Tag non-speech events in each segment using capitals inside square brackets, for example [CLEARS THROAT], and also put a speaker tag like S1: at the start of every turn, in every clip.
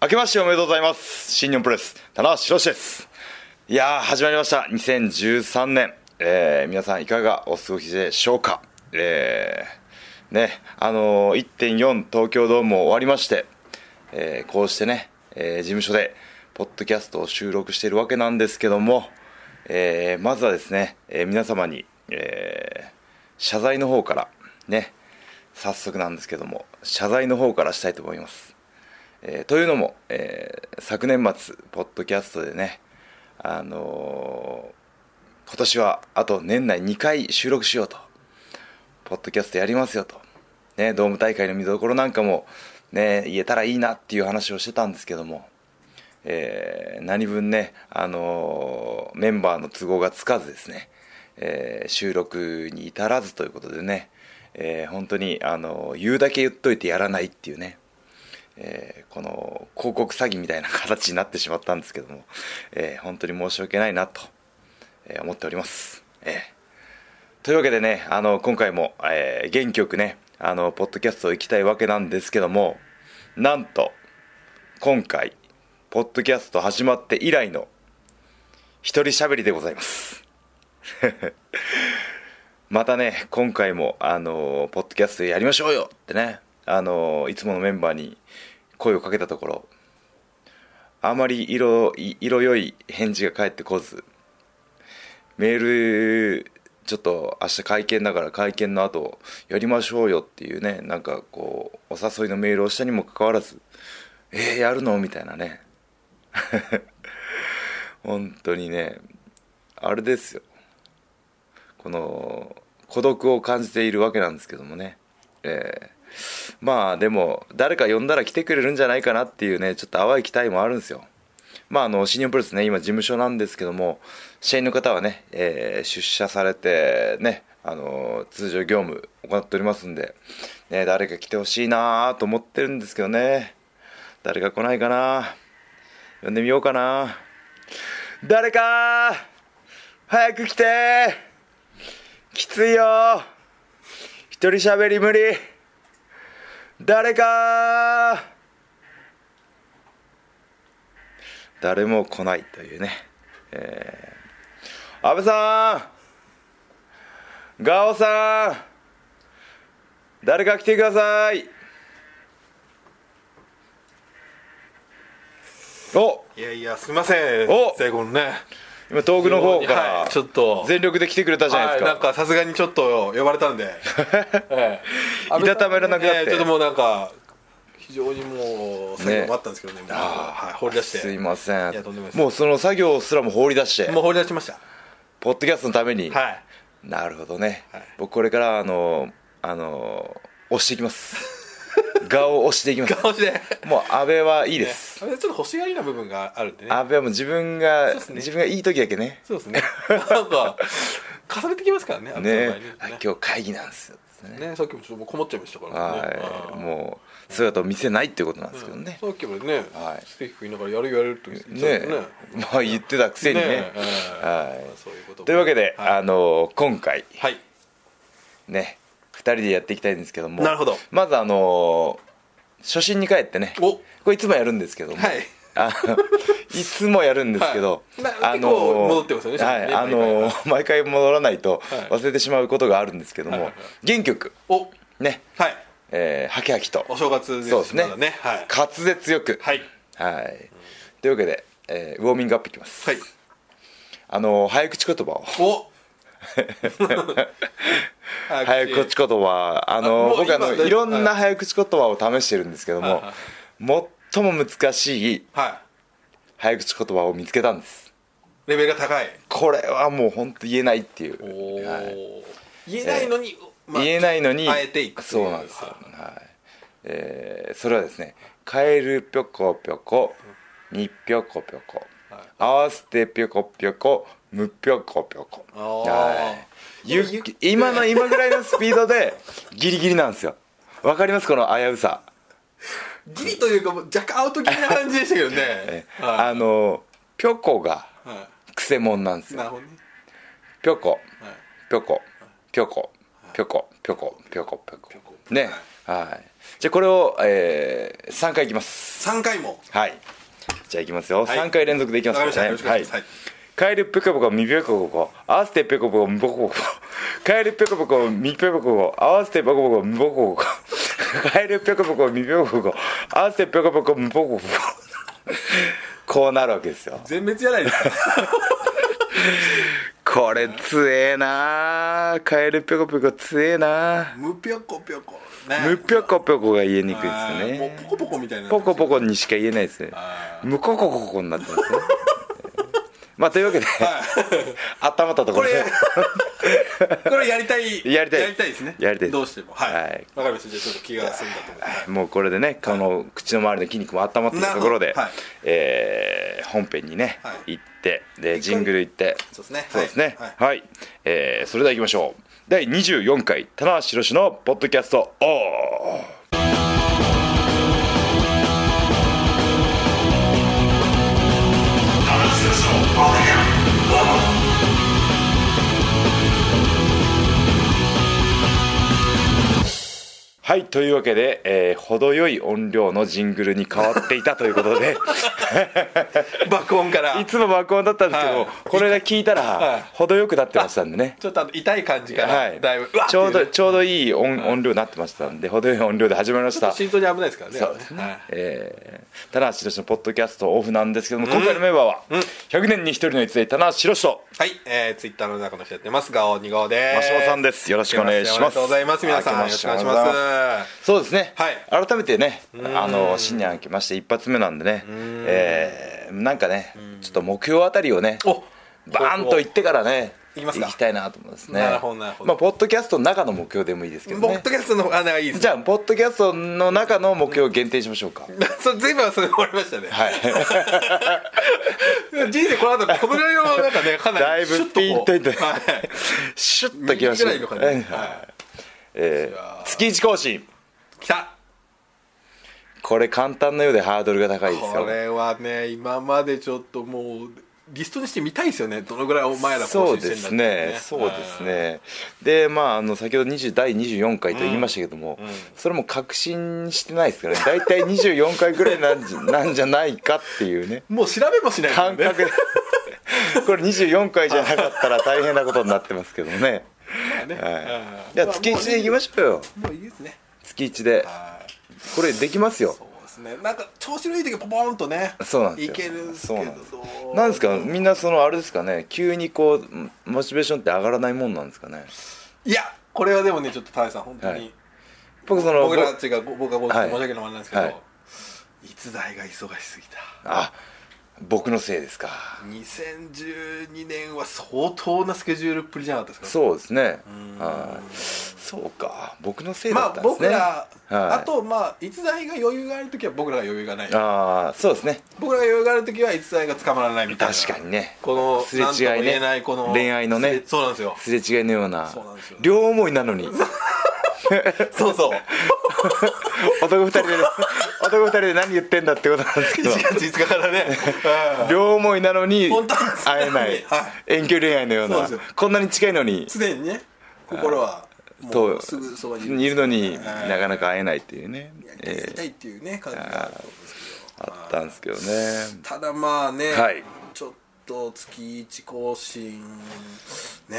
S1: 明けましておめでとうございます。新日本プロレス、棚橋宏です。いやー、始まりました。2013年。えー皆さんいかがお過ごしでしょうかえーね、あのー1.4東京ドームも終わりまして、えーこうしてね、えー事務所で、ポッドキャストを収録しているわけなんですけども、えーまずはですね、えー皆様に、えー謝罪の方から、ね、早速なんですけども、謝罪の方からしたいと思います。えーというのも、えー昨年末ポッドキャストでねあのー今年はあと年内2回収録しようとポッドキャストやりますよと、ね、ドーム大会の見どころなんかも、ね、言えたらいいなっていう話をしてたんですけども、えー何分ね、あのーメンバーの都合がつかずですね、えー収録に至らずということでね、えー本当に、あのー言うだけ言っといてやらないっていうね、えーこの広告詐欺みたいな形になってしまったんですけども、えー本当に申し訳ないなと、えー思っております。えーというわけでね、あの今回も、えー元気よくね、あのポッドキャストを行きたいわけなんですけども、なんと、今回、ポッドキャスト始まって以来の、一人喋りでございます。またね、今回も、あのポッドキャストやりましょうよってね、あのいつものメンバーに声をかけたところ、あまり色い色良い返事が返ってこず、メールちょっと明日会見だから会見の後やりましょうよっていうねなんかこうお誘いのメールをしたにもかかわらず「えー、やるの?」みたいなね [LAUGHS] 本当にねあれですよこの孤独を感じているわけなんですけどもねえーまあでも誰か呼んだら来てくれるんじゃないかなっていうねちょっと淡い期待もあるんですよまあ、あの新日本プロレスね、今、事務所なんですけども、社員の方はね、えー出社されて、ね、あの通常業務行っておりますんで、ね、誰か来てほしいなと思ってるんですけどね、誰か来ないかな、呼んでみようかな、誰か早く来て、きついよ、一人喋り無理、誰か誰も来ないというね、えー、安倍さんガオさん誰か来てくださいお
S2: いやいや、すみません。
S1: お
S2: 最後のね。
S1: 今遠くの方から、
S2: はいちょっと
S1: 全力で来てくれたじゃないです
S2: は
S1: か,、
S2: なんかさすがにちょっと呼ばれたん
S1: [LAUGHS]
S2: で。はい
S1: いたたまれなくなって
S2: ええちょっともうなんか。非常にもう、最後もあったんですけどね。もうはい、放り出して。
S1: すいません
S2: いやとんでもないです
S1: もうその作業すらも放り出して
S2: もう放り出しました。
S1: ポッドキャストのために、
S2: はい。
S1: なるほどね、
S2: はい
S1: 僕これからあのあの押していきます顔を押していきます
S2: 顔して。
S1: もう安倍はいい
S2: い
S1: です、
S2: ちょっと星がいいな部分があるんでね。
S1: 安倍はもう自分が、
S2: そうっすね
S1: 自分がいい時だけね
S2: そうですね。 [LAUGHS] なんか。重ねてきますからね。あの
S1: ね
S2: その前
S1: あ
S2: に
S1: 今日会議なんですよね
S2: ね、さっきもちょっともうこもっちゃいましたからね。
S1: は
S2: あ
S1: い
S2: ー
S1: もう姿を見せないってことなんですけどね、
S2: さっきもね
S1: はい、
S2: ステーキ食いながらやるやるって言ってたもん
S1: ねまあ言ってたくせにね
S2: ねえええ
S1: は
S2: まあそういうこと
S1: い
S2: も
S1: というわけで、
S2: はい
S1: あの今回
S2: はい
S1: ね2人でやっていきたいんですけども
S2: なるほど
S1: まずあの初心に帰ってね
S2: お
S1: これいつもやるんですけども、
S2: はい
S1: あのいつもやるんですけど、
S2: はいな結構戻ってますよね
S1: はい、
S2: ね
S1: あの毎回戻らないと
S2: はい
S1: 忘れてしまうことがあるんですけど
S2: はい
S1: も、
S2: はいはい
S1: 原曲
S2: おはい
S1: ね、えー、ハキハキと
S2: お正月です
S1: そうですね
S2: まだねはい
S1: 滑舌よく
S2: はい
S1: はい、というわけで、えーウォーミングアップいきます、
S2: はい
S1: あの早口言葉を [LAUGHS]
S2: お
S1: 早口言葉あの
S2: あもう
S1: 僕あ
S2: 今
S1: の
S2: だい
S1: いろんな
S2: はい
S1: 早口言葉を試してるんですけども、
S2: はい
S1: 最も難しい
S2: は
S1: 早口言葉を見つけたんです
S2: いレベルが高い
S1: これはもう本当言えないっていう
S2: お
S1: はい
S2: お言えないのにまあ
S1: 言えないのに
S2: あえていくとい
S1: そうなんですよ、
S2: は
S1: はいえーそれはですね「カエルぴょこぴょこ」「にぴょこぴょこ」
S2: はい
S1: 合わせてぴょこぴょこ」「むぴょこぴょこ」
S2: あー
S1: はいゆっ
S2: ゆっくり
S1: 今の今ぐらいのスピードでギリギリなんですよわかりますこの危うさ、
S2: ギリというかもう若干アウト気味な感じでしたけどね
S1: あ
S2: は
S1: のぴょこが
S2: いは
S1: くせもんなんです
S2: い
S1: よ
S2: なるほどね
S1: ぴょこ
S2: はい
S1: ぴょこぴょこぴょこぴょこぴょこぴょこねはいじゃあこれを、えー、3回いきます
S2: 3回も
S1: はいじゃあいきますよ、
S2: はい
S1: 3回連続でいきます
S2: わかりました
S1: は
S2: よろ
S1: い
S2: しくお願いしますはい
S1: カエルペコペコミペコペコ合わせてペコペコミペコペコカエルペコペコミペコペコ合わせてペコペコミペコペコカエルペコペコミペコペコ合わせてペコペコミペコペコこうなるわけですよ
S2: 全滅じゃないですか
S1: これ強えなあカエルペコペコ強えなあ
S2: むぴょこぴょこね
S1: むぴょこぴょこが言えにくいで
S2: あー
S1: す
S2: もう
S1: ね
S2: ポコポコみたいな
S1: ポコポ
S2: コ
S1: コにしか言えないですね
S2: あ
S1: むここここになってますね [LAUGHS] まあというわけで、頭たとこ
S2: こ
S1: ろで
S2: れ [LAUGHS] これやりたい
S1: やりたい
S2: やりたいですね
S1: やりたいです
S2: どうしてもはいわ、
S1: はい
S2: かりましたじゃあちょっと気が済んだと思います
S1: もうこれでねこの口の周りの筋肉も温まっているところで、
S2: なるほどはい
S1: えー本編にね、
S2: はい
S1: 行ってでジングル行って
S2: そうですね
S1: そうですね
S2: はい
S1: はい、えーそれではいきましょう第24回棚橋宏のポッドキャストオーはいというわけで、えー程よい音量のジングルに変わっていたということ
S2: [LAUGHS]
S1: で
S2: 爆音から
S1: いつも爆音だったんですけど、
S2: はい
S1: これが聞いたら、
S2: はい
S1: 程よくなってましたんでね
S2: ちょっとあの痛い感じから、
S1: はい、
S2: だいぶうわっ
S1: ちょう
S2: って
S1: ど
S2: いね
S1: ちょうどいい音音量になってましたんで程よい音量で始まりました
S2: 心臓に危ないですからね
S1: そうですね、
S2: はい
S1: えー、棚橋宏のポッドキャストオフなんですけども、今回のメンバーは、100年に一人の逸材棚橋宏と
S2: はい、えー、ツイッターの中の人やってます。ガオ2号で
S1: 真
S2: す。
S1: 島さんですよろしくお願いします
S2: ありがとうございます。皆さん、
S1: 明けま
S2: よろ
S1: し
S2: してくお願いします。
S1: そうですね、
S2: は
S1: 改めてねあの新年明けまして一発目なんでねえーなんかねちょっと目標あたりをね
S2: お
S1: バーンといってからね
S2: いきますか
S1: 行きたいなと思うんですね
S2: なるほどなるほど
S1: まあポッドキャストの中の目標でもいいですけど
S2: ポ
S1: ね
S2: ッドキャストの方がいいです。
S1: じゃあポッドキャストの中の目標を限定しましょうか
S2: [LAUGHS] それ全部はそれ終わりましたね。 [LAUGHS]
S1: はい
S2: 人生この後、小室のなんかね、かな
S1: だい
S2: り。シュ
S1: ぶ
S2: ッとこう
S1: ピンといて
S2: はい。
S1: シュッときまし
S2: 右ぐらい
S1: た
S2: の感じ
S1: ね
S2: は
S1: えー月1更新
S2: い。来た。
S1: これ簡単なようでハードルが高いですよ
S2: これはね、今までちょっともう、リストにしてみたいですよね。どのぐらいお前ら
S1: そ
S2: 更
S1: う
S2: 新し
S1: です
S2: てんだって
S1: ね、そうです。ね、で、まあ、あの先ほど20第24回と言いましたけども、それも確信してないですからね、大体24回ぐらい
S2: [LAUGHS]
S1: なんじなんじゃないかっていうね、
S2: うんもう調べもしないですもん
S1: 感
S2: ね。
S1: 覚で、これ24回じゃなかったら大変なことになってますけどね、は
S2: ねうん
S1: い、じゃあ、月1でいきましょうよ、
S2: もういいですね。
S1: 月1で、
S2: はい。
S1: これできますよ
S2: そ、うですね。なんか調子のいい時はポポーンとね。
S1: そうなんですよ
S2: いけるんですけ
S1: そうな
S2: ど。
S1: んですなんですか、みんな、そのあれですかね、急にこう、モチベーションって上がらないもんなんですかね。
S2: いや、これはでもね、ちょっと田辺さん本当に、
S1: はい僕その
S2: 僕らたちがご僕がご、
S1: はい
S2: 申し訳ないのもあれなんですけど、
S1: はい
S2: い、つ代が忙しすぎた。
S1: あ僕のせいですか
S2: 2012年は相当なスケジュールっぷりじゃなかったですか。
S1: そうですねはいそうか僕のせい
S2: ま
S1: だっ
S2: あ
S1: たんです
S2: 僕
S1: ね、
S2: ら、
S1: はい
S2: あとまあ逸材が余裕がある時は僕らが余裕がない
S1: ああそうですね
S2: 僕らが余裕がある時は逸材が捕まらないみたいな
S1: 確かにね
S2: この
S1: すれ違いね
S2: なんとも言えないこの
S1: 恋愛のね
S2: すれそうなんで
S1: [LAUGHS]
S2: すよ
S1: すれ違いのような
S2: そうなんですよ
S1: 両思いなのに
S2: そうそう [LAUGHS]
S1: 男二人で男二人で何言ってんだってことなんですけ
S2: [LAUGHS]
S1: ど
S2: 1月5日か
S1: [LAUGHS]
S2: らね、うん
S1: 両思いなのに
S2: 本当なんですね
S1: 会えない、
S2: は
S1: 遠距離恋愛のような
S2: そうなんです
S1: こんなに近いのに
S2: 常にね心はも
S1: と
S2: うすぐそばにいる
S1: いるのに
S2: はい
S1: なかなか会えないっていうね、
S2: やりたいや
S1: え
S2: りたいっていうね感じがあると思うんですけ
S1: ー
S2: ど
S1: あったんですけどね
S2: ただまあね、
S1: はい
S2: ちょっと月1更新ね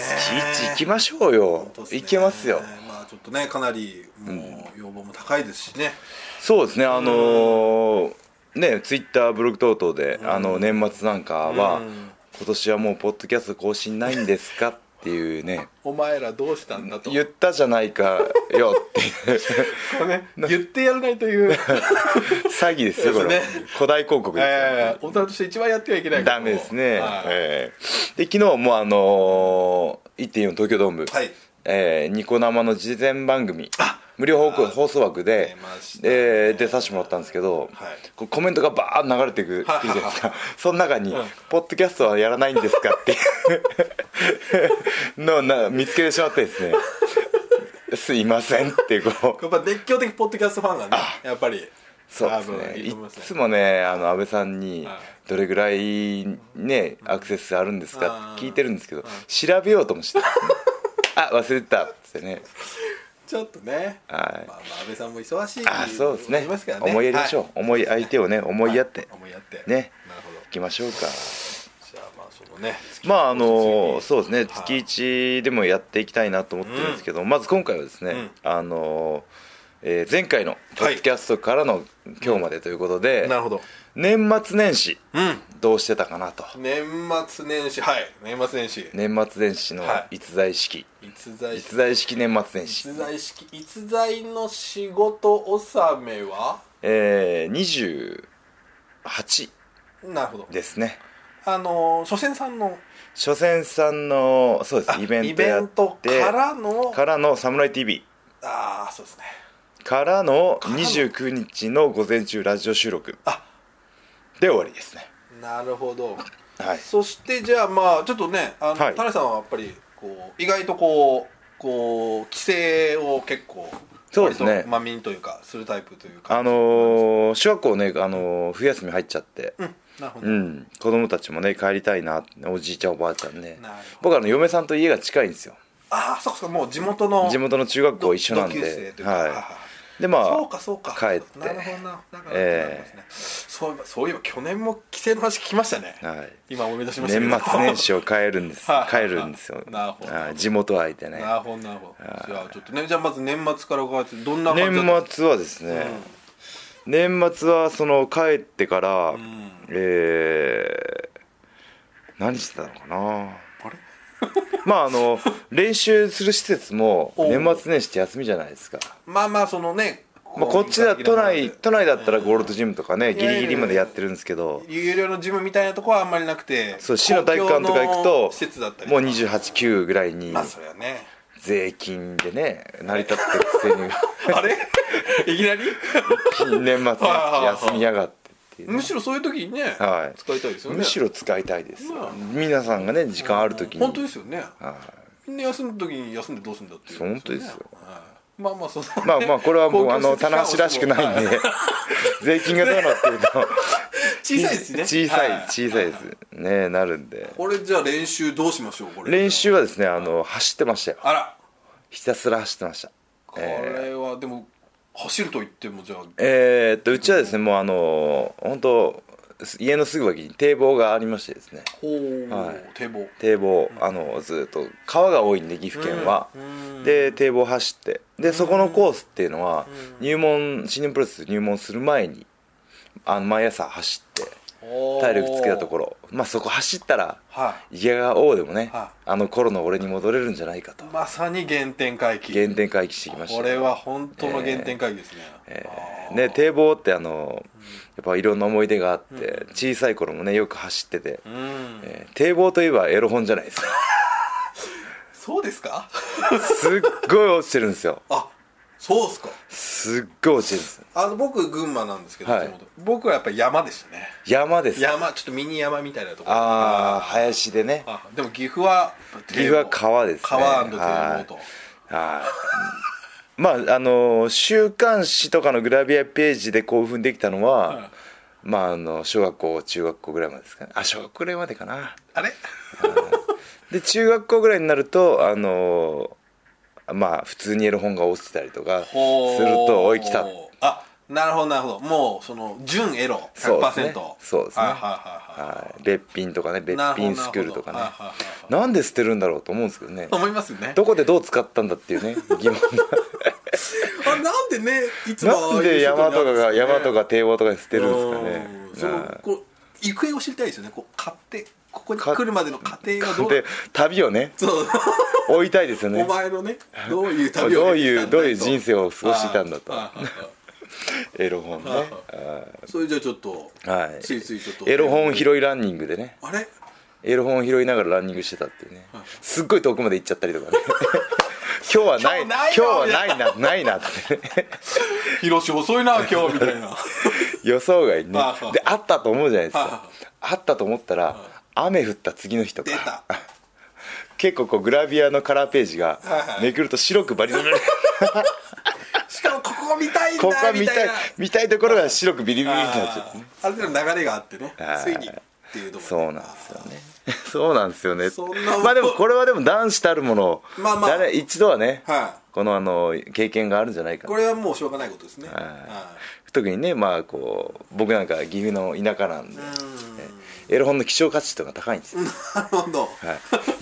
S1: 月1行きましょうよ
S2: 本当っすね
S1: 行けますよ
S2: まあちょっとねかなりもう要望も高いですしね、
S1: そうですね、あのーね、ツイッター、ブログ等々で、あの年末なんかは、
S2: うん
S1: 今年はもう、ポッドキャスト更新ないんですかっていうね、
S2: お前らどうしたんだ [LAUGHS] と
S1: 言ったじゃないかよっていう
S2: これね [LAUGHS] 言ってやらないと
S1: [LAUGHS]
S2: いう、
S1: 詐欺ですよ、これ、
S2: ですね
S1: 古代広告ですよ、
S2: えー大人として一番やってはいけないこと
S1: ダメですね、
S2: はい
S1: ええで昨日もうあのー1.4東京ドーム、
S2: はい
S1: えーニコ生の事前番組無料放送放送枠で
S2: 出ましたね
S1: えー出させてもらったんですけど、
S2: はい
S1: こうコメントがバーッと流れてくるじゃないですかその中に、ポッドキャストはやらないんですか?」っていう
S2: [LAUGHS]
S1: のをな見つけてしまってですね「すいません」ってこう
S2: やっぱ熱狂的ポッドキャストファンがねやっぱり
S1: そうです
S2: 多分
S1: ね
S2: いる
S1: い
S2: と思いますね
S1: つもねあの安倍さんに
S2: はい
S1: どれぐらいねアクセスあるんですかって聞いてるんですけど [LAUGHS]
S2: うん
S1: 調べようともしてあ忘れてたっつってね
S2: ちょっとね、
S1: はい
S2: まあ、まあ安倍さんも忙しい
S1: あそうですね
S2: 思いますからね
S1: 思いやりましょう、
S2: は
S1: 思い相手をね思いやって、
S2: はい思いやって
S1: ね
S2: なるほど
S1: いきましょうか
S2: じゃあまあそのね
S1: まああのそうです
S2: は
S1: ね
S2: い
S1: 月1でもやっていきたいなと思ってるんですけど、まず今回はですね、
S2: うん
S1: あのえー前回のポッドキャストからの今日までということで、
S2: なるほど
S1: 年末年始
S2: うん
S1: どうしてたかなと
S2: 年末年始はい年末年始
S1: 年末年始の
S2: はい
S1: 逸材式、
S2: 逸材
S1: 逸材式年末年始
S2: 逸材式逸材の仕事納めは
S1: えー、28
S2: なるほど
S1: ですね
S2: あの初戦さんの
S1: 初戦さんのそうですイベントやって
S2: からの
S1: からの「サムライ TV
S2: ああそうですね」
S1: からの29日の午前中ラジオ収録
S2: あ
S1: で終わりですね
S2: なるほど
S1: はい
S2: そしてじゃあまあちょっとね
S1: は
S2: あの、
S1: い
S2: 田辺さんはやっぱりこう意外とこうこう規制を結構
S1: そうですね
S2: 割とまみんというかするタイプというか
S1: あのー小学校ね、あのー冬休み入っちゃって
S2: うんなるほど、
S1: うん子供たちもね帰りたいなおじいちゃんおばあちゃんね
S2: なるほど
S1: 僕あの嫁さんと家が近いんですよ
S2: ああそうかそうかもう地元の
S1: 地元の中学校一緒なん
S2: 同級生
S1: で
S2: というか
S1: は
S2: あ
S1: いでま
S2: ー
S1: あ
S2: そうかそうか
S1: 帰って
S2: なるほどなだから、
S1: ええ
S2: なりますねそういえばそういえば去年も規制の話聞きましたね、
S1: はい
S2: 今思い出しましたけど
S1: 年末年始を変えるんです
S2: はい
S1: 帰るんですよ
S2: なるほど
S1: はい地元相手ね
S2: [LAUGHS] なるほどなるほどじゃあちょっとねじゃあまず年末から伺ってどんな感じだった
S1: 年末はですね、年末はその帰ってから、
S2: ん
S1: えー何してたのかな
S2: あれ
S1: まああ
S2: [LAUGHS]
S1: の練習する施設も
S2: おう
S1: 年末年始って休みじゃないですか、
S2: まあまあそのね
S1: まあ、こっちだ都内都内だったらゴールドジムとかね
S2: ん
S1: ギリギリまでやってるんですけど
S2: 有料のジムみたいなとこはあんまりなくて
S1: そう市の体育館とか行く
S2: 公共の
S1: と
S2: 施設だったり
S1: もう289ぐらいに
S2: まあそれはね
S1: 税金でね成り立ってるくせに
S2: あれ
S1: [LAUGHS]
S2: いきなり [LAUGHS]
S1: 年末年始休みやがってっていうね
S2: むしろそういう時にね、
S1: はい
S2: 使いたいですよね
S1: むしろ使いたいですよ、
S2: まあ
S1: 皆さんがね時間ある時に
S2: 本当ですよね
S1: は
S2: みんな休む時に休んでどうするんだっていう
S1: 本当ですよ
S2: はいまあまあそのね、
S1: いまあまあこれはもう
S2: 公
S1: あの
S2: 共施
S1: 棚
S2: 設
S1: 橋らしくないん
S2: [LAUGHS]
S1: で税金がどうなってると
S2: 小さいですね
S1: 小さい
S2: は
S1: 小さいですねなるんで
S2: これじゃあ練習どうしましょうこれ
S1: 練習はですねあの走ってましたよ
S2: あら
S1: ひたすら走ってました
S2: これはでも走ると言ってもじゃあ
S1: えーっとうちはですねもうあの本当家のすぐ脇に堤防がありましてですね
S2: ほう、
S1: はい
S2: 堤防
S1: 堤防あのずっと川が多いんで岐阜県は、
S2: うん
S1: で堤防走ってでそこのコースっていうのは入門新日本プロレス入門する前にあの毎朝走って体力つけたとこ
S2: ろ
S1: ろまあそこ走ったら
S2: は
S1: 池川王でもね
S2: は
S1: あの頃の俺に戻れるんじゃないかと
S2: いまさに原点回帰
S1: 原点回帰してきました
S2: これは本当の原点回帰ですね、
S1: えーね堤防ってあのやっぱいろんな思い出があって小さい頃もねよく走ってて
S2: あーうん
S1: えー堤防といえばエロ本じゃない
S2: [LAUGHS]
S1: ですか
S2: そうですか
S1: すっごい落ちてるんですよ
S2: あそうっすか
S1: すっごい落ちてるんです
S2: あの僕群馬なんですけど、
S1: はい
S2: 地元僕はやっぱり山でしたね
S1: 山です
S2: 山ちょっとミニ山みたいなところ
S1: ああ林でね
S2: あでも岐阜は
S1: 岐阜は川ですね
S2: 川堤防と
S1: はいまああの週刊誌とかのグラビアページで興奮できたのは、
S2: はい
S1: まああの小学校中学校ぐらいまでですかねあ小学校ぐらいまでかな
S2: あれ
S1: で中学校ぐらいになるとあのまあ普通にエロ本が落ちてたりとかする
S2: ほう
S1: と「おい来た」
S2: あなるほどなるほどもうその純エロ
S1: そうですね
S2: 100%
S1: そうですね
S2: はいはいはいは
S1: はいべっぴんとかねべ
S2: い
S1: っ
S2: なるほ
S1: ぴ
S2: ど
S1: んスクールとかね
S2: なるほどはいはいはい
S1: なんで捨てるんだろうと思うんですけどね
S2: 思いますよね
S1: どこでどう使ったんだっていう
S2: [LAUGHS]
S1: ね疑問が
S2: あなんでねいつもああ
S1: なんで山とかが山と
S2: か
S1: か堤防とかに捨てるんです
S2: そ
S1: かね
S2: の
S1: はい
S2: こう行方を知りたいですよねこう買ってここに
S1: 買っ
S2: 来るまでの過程がどう
S1: で旅をね
S2: そう
S1: 追いたいですよ
S2: お
S1: ね
S2: 前のねどういう旅を
S1: どうい
S2: やっ
S1: う
S2: てき
S1: ど
S2: たんだと
S1: ういう人生を過ごしていたんだと
S2: あはいはいはい
S1: エロ本ね
S2: はいそれじゃあちょっと
S1: はい
S2: ついついちょっと
S1: エロ本拾いランニングでね
S2: あれ
S1: エロ本を拾いながらランニングしてたっていうねすっごい遠くまで行っちゃったりと
S2: [LAUGHS]
S1: かね今日はない
S2: 今
S1: 今
S2: 日
S1: 日
S2: な
S1: はい
S2: よ
S1: ないなないなってね [LAUGHS]
S2: 広し遅いな今日みたいな
S1: 予想外にね
S2: ああ
S1: であったと思うじゃないです
S2: あ
S1: かあったと思ったら雨降った次の日と
S2: 出
S1: か
S2: た
S1: 結構こうグラビアのカラーページが
S2: はいはい
S1: めくると白くバ
S2: [LAUGHS]
S1: リバリ
S2: しかもここ見たいんだ
S1: ここは見
S2: み
S1: た
S2: たい
S1: い
S2: な
S1: 見たいところが白くビリビリになっちゃって
S2: あーある程度流れがあってね
S1: あー
S2: ついにっていうところ
S1: そうなんですよね [LAUGHS] そうなんですよね
S2: そんな
S1: まあでもこれはでも男子たるもの、
S2: まあまあ
S1: 誰一度はね、
S2: は
S1: このあの経験があるんじゃないか
S2: いこ
S1: な
S2: れはもうしょうがないことですね
S1: はい
S2: は
S1: [LAUGHS] 特にねまあこう僕なんか岐阜の田舎なんで
S2: い、うん
S1: エロ本の希少価値とか高いんですよ、
S2: なるほど
S1: はい、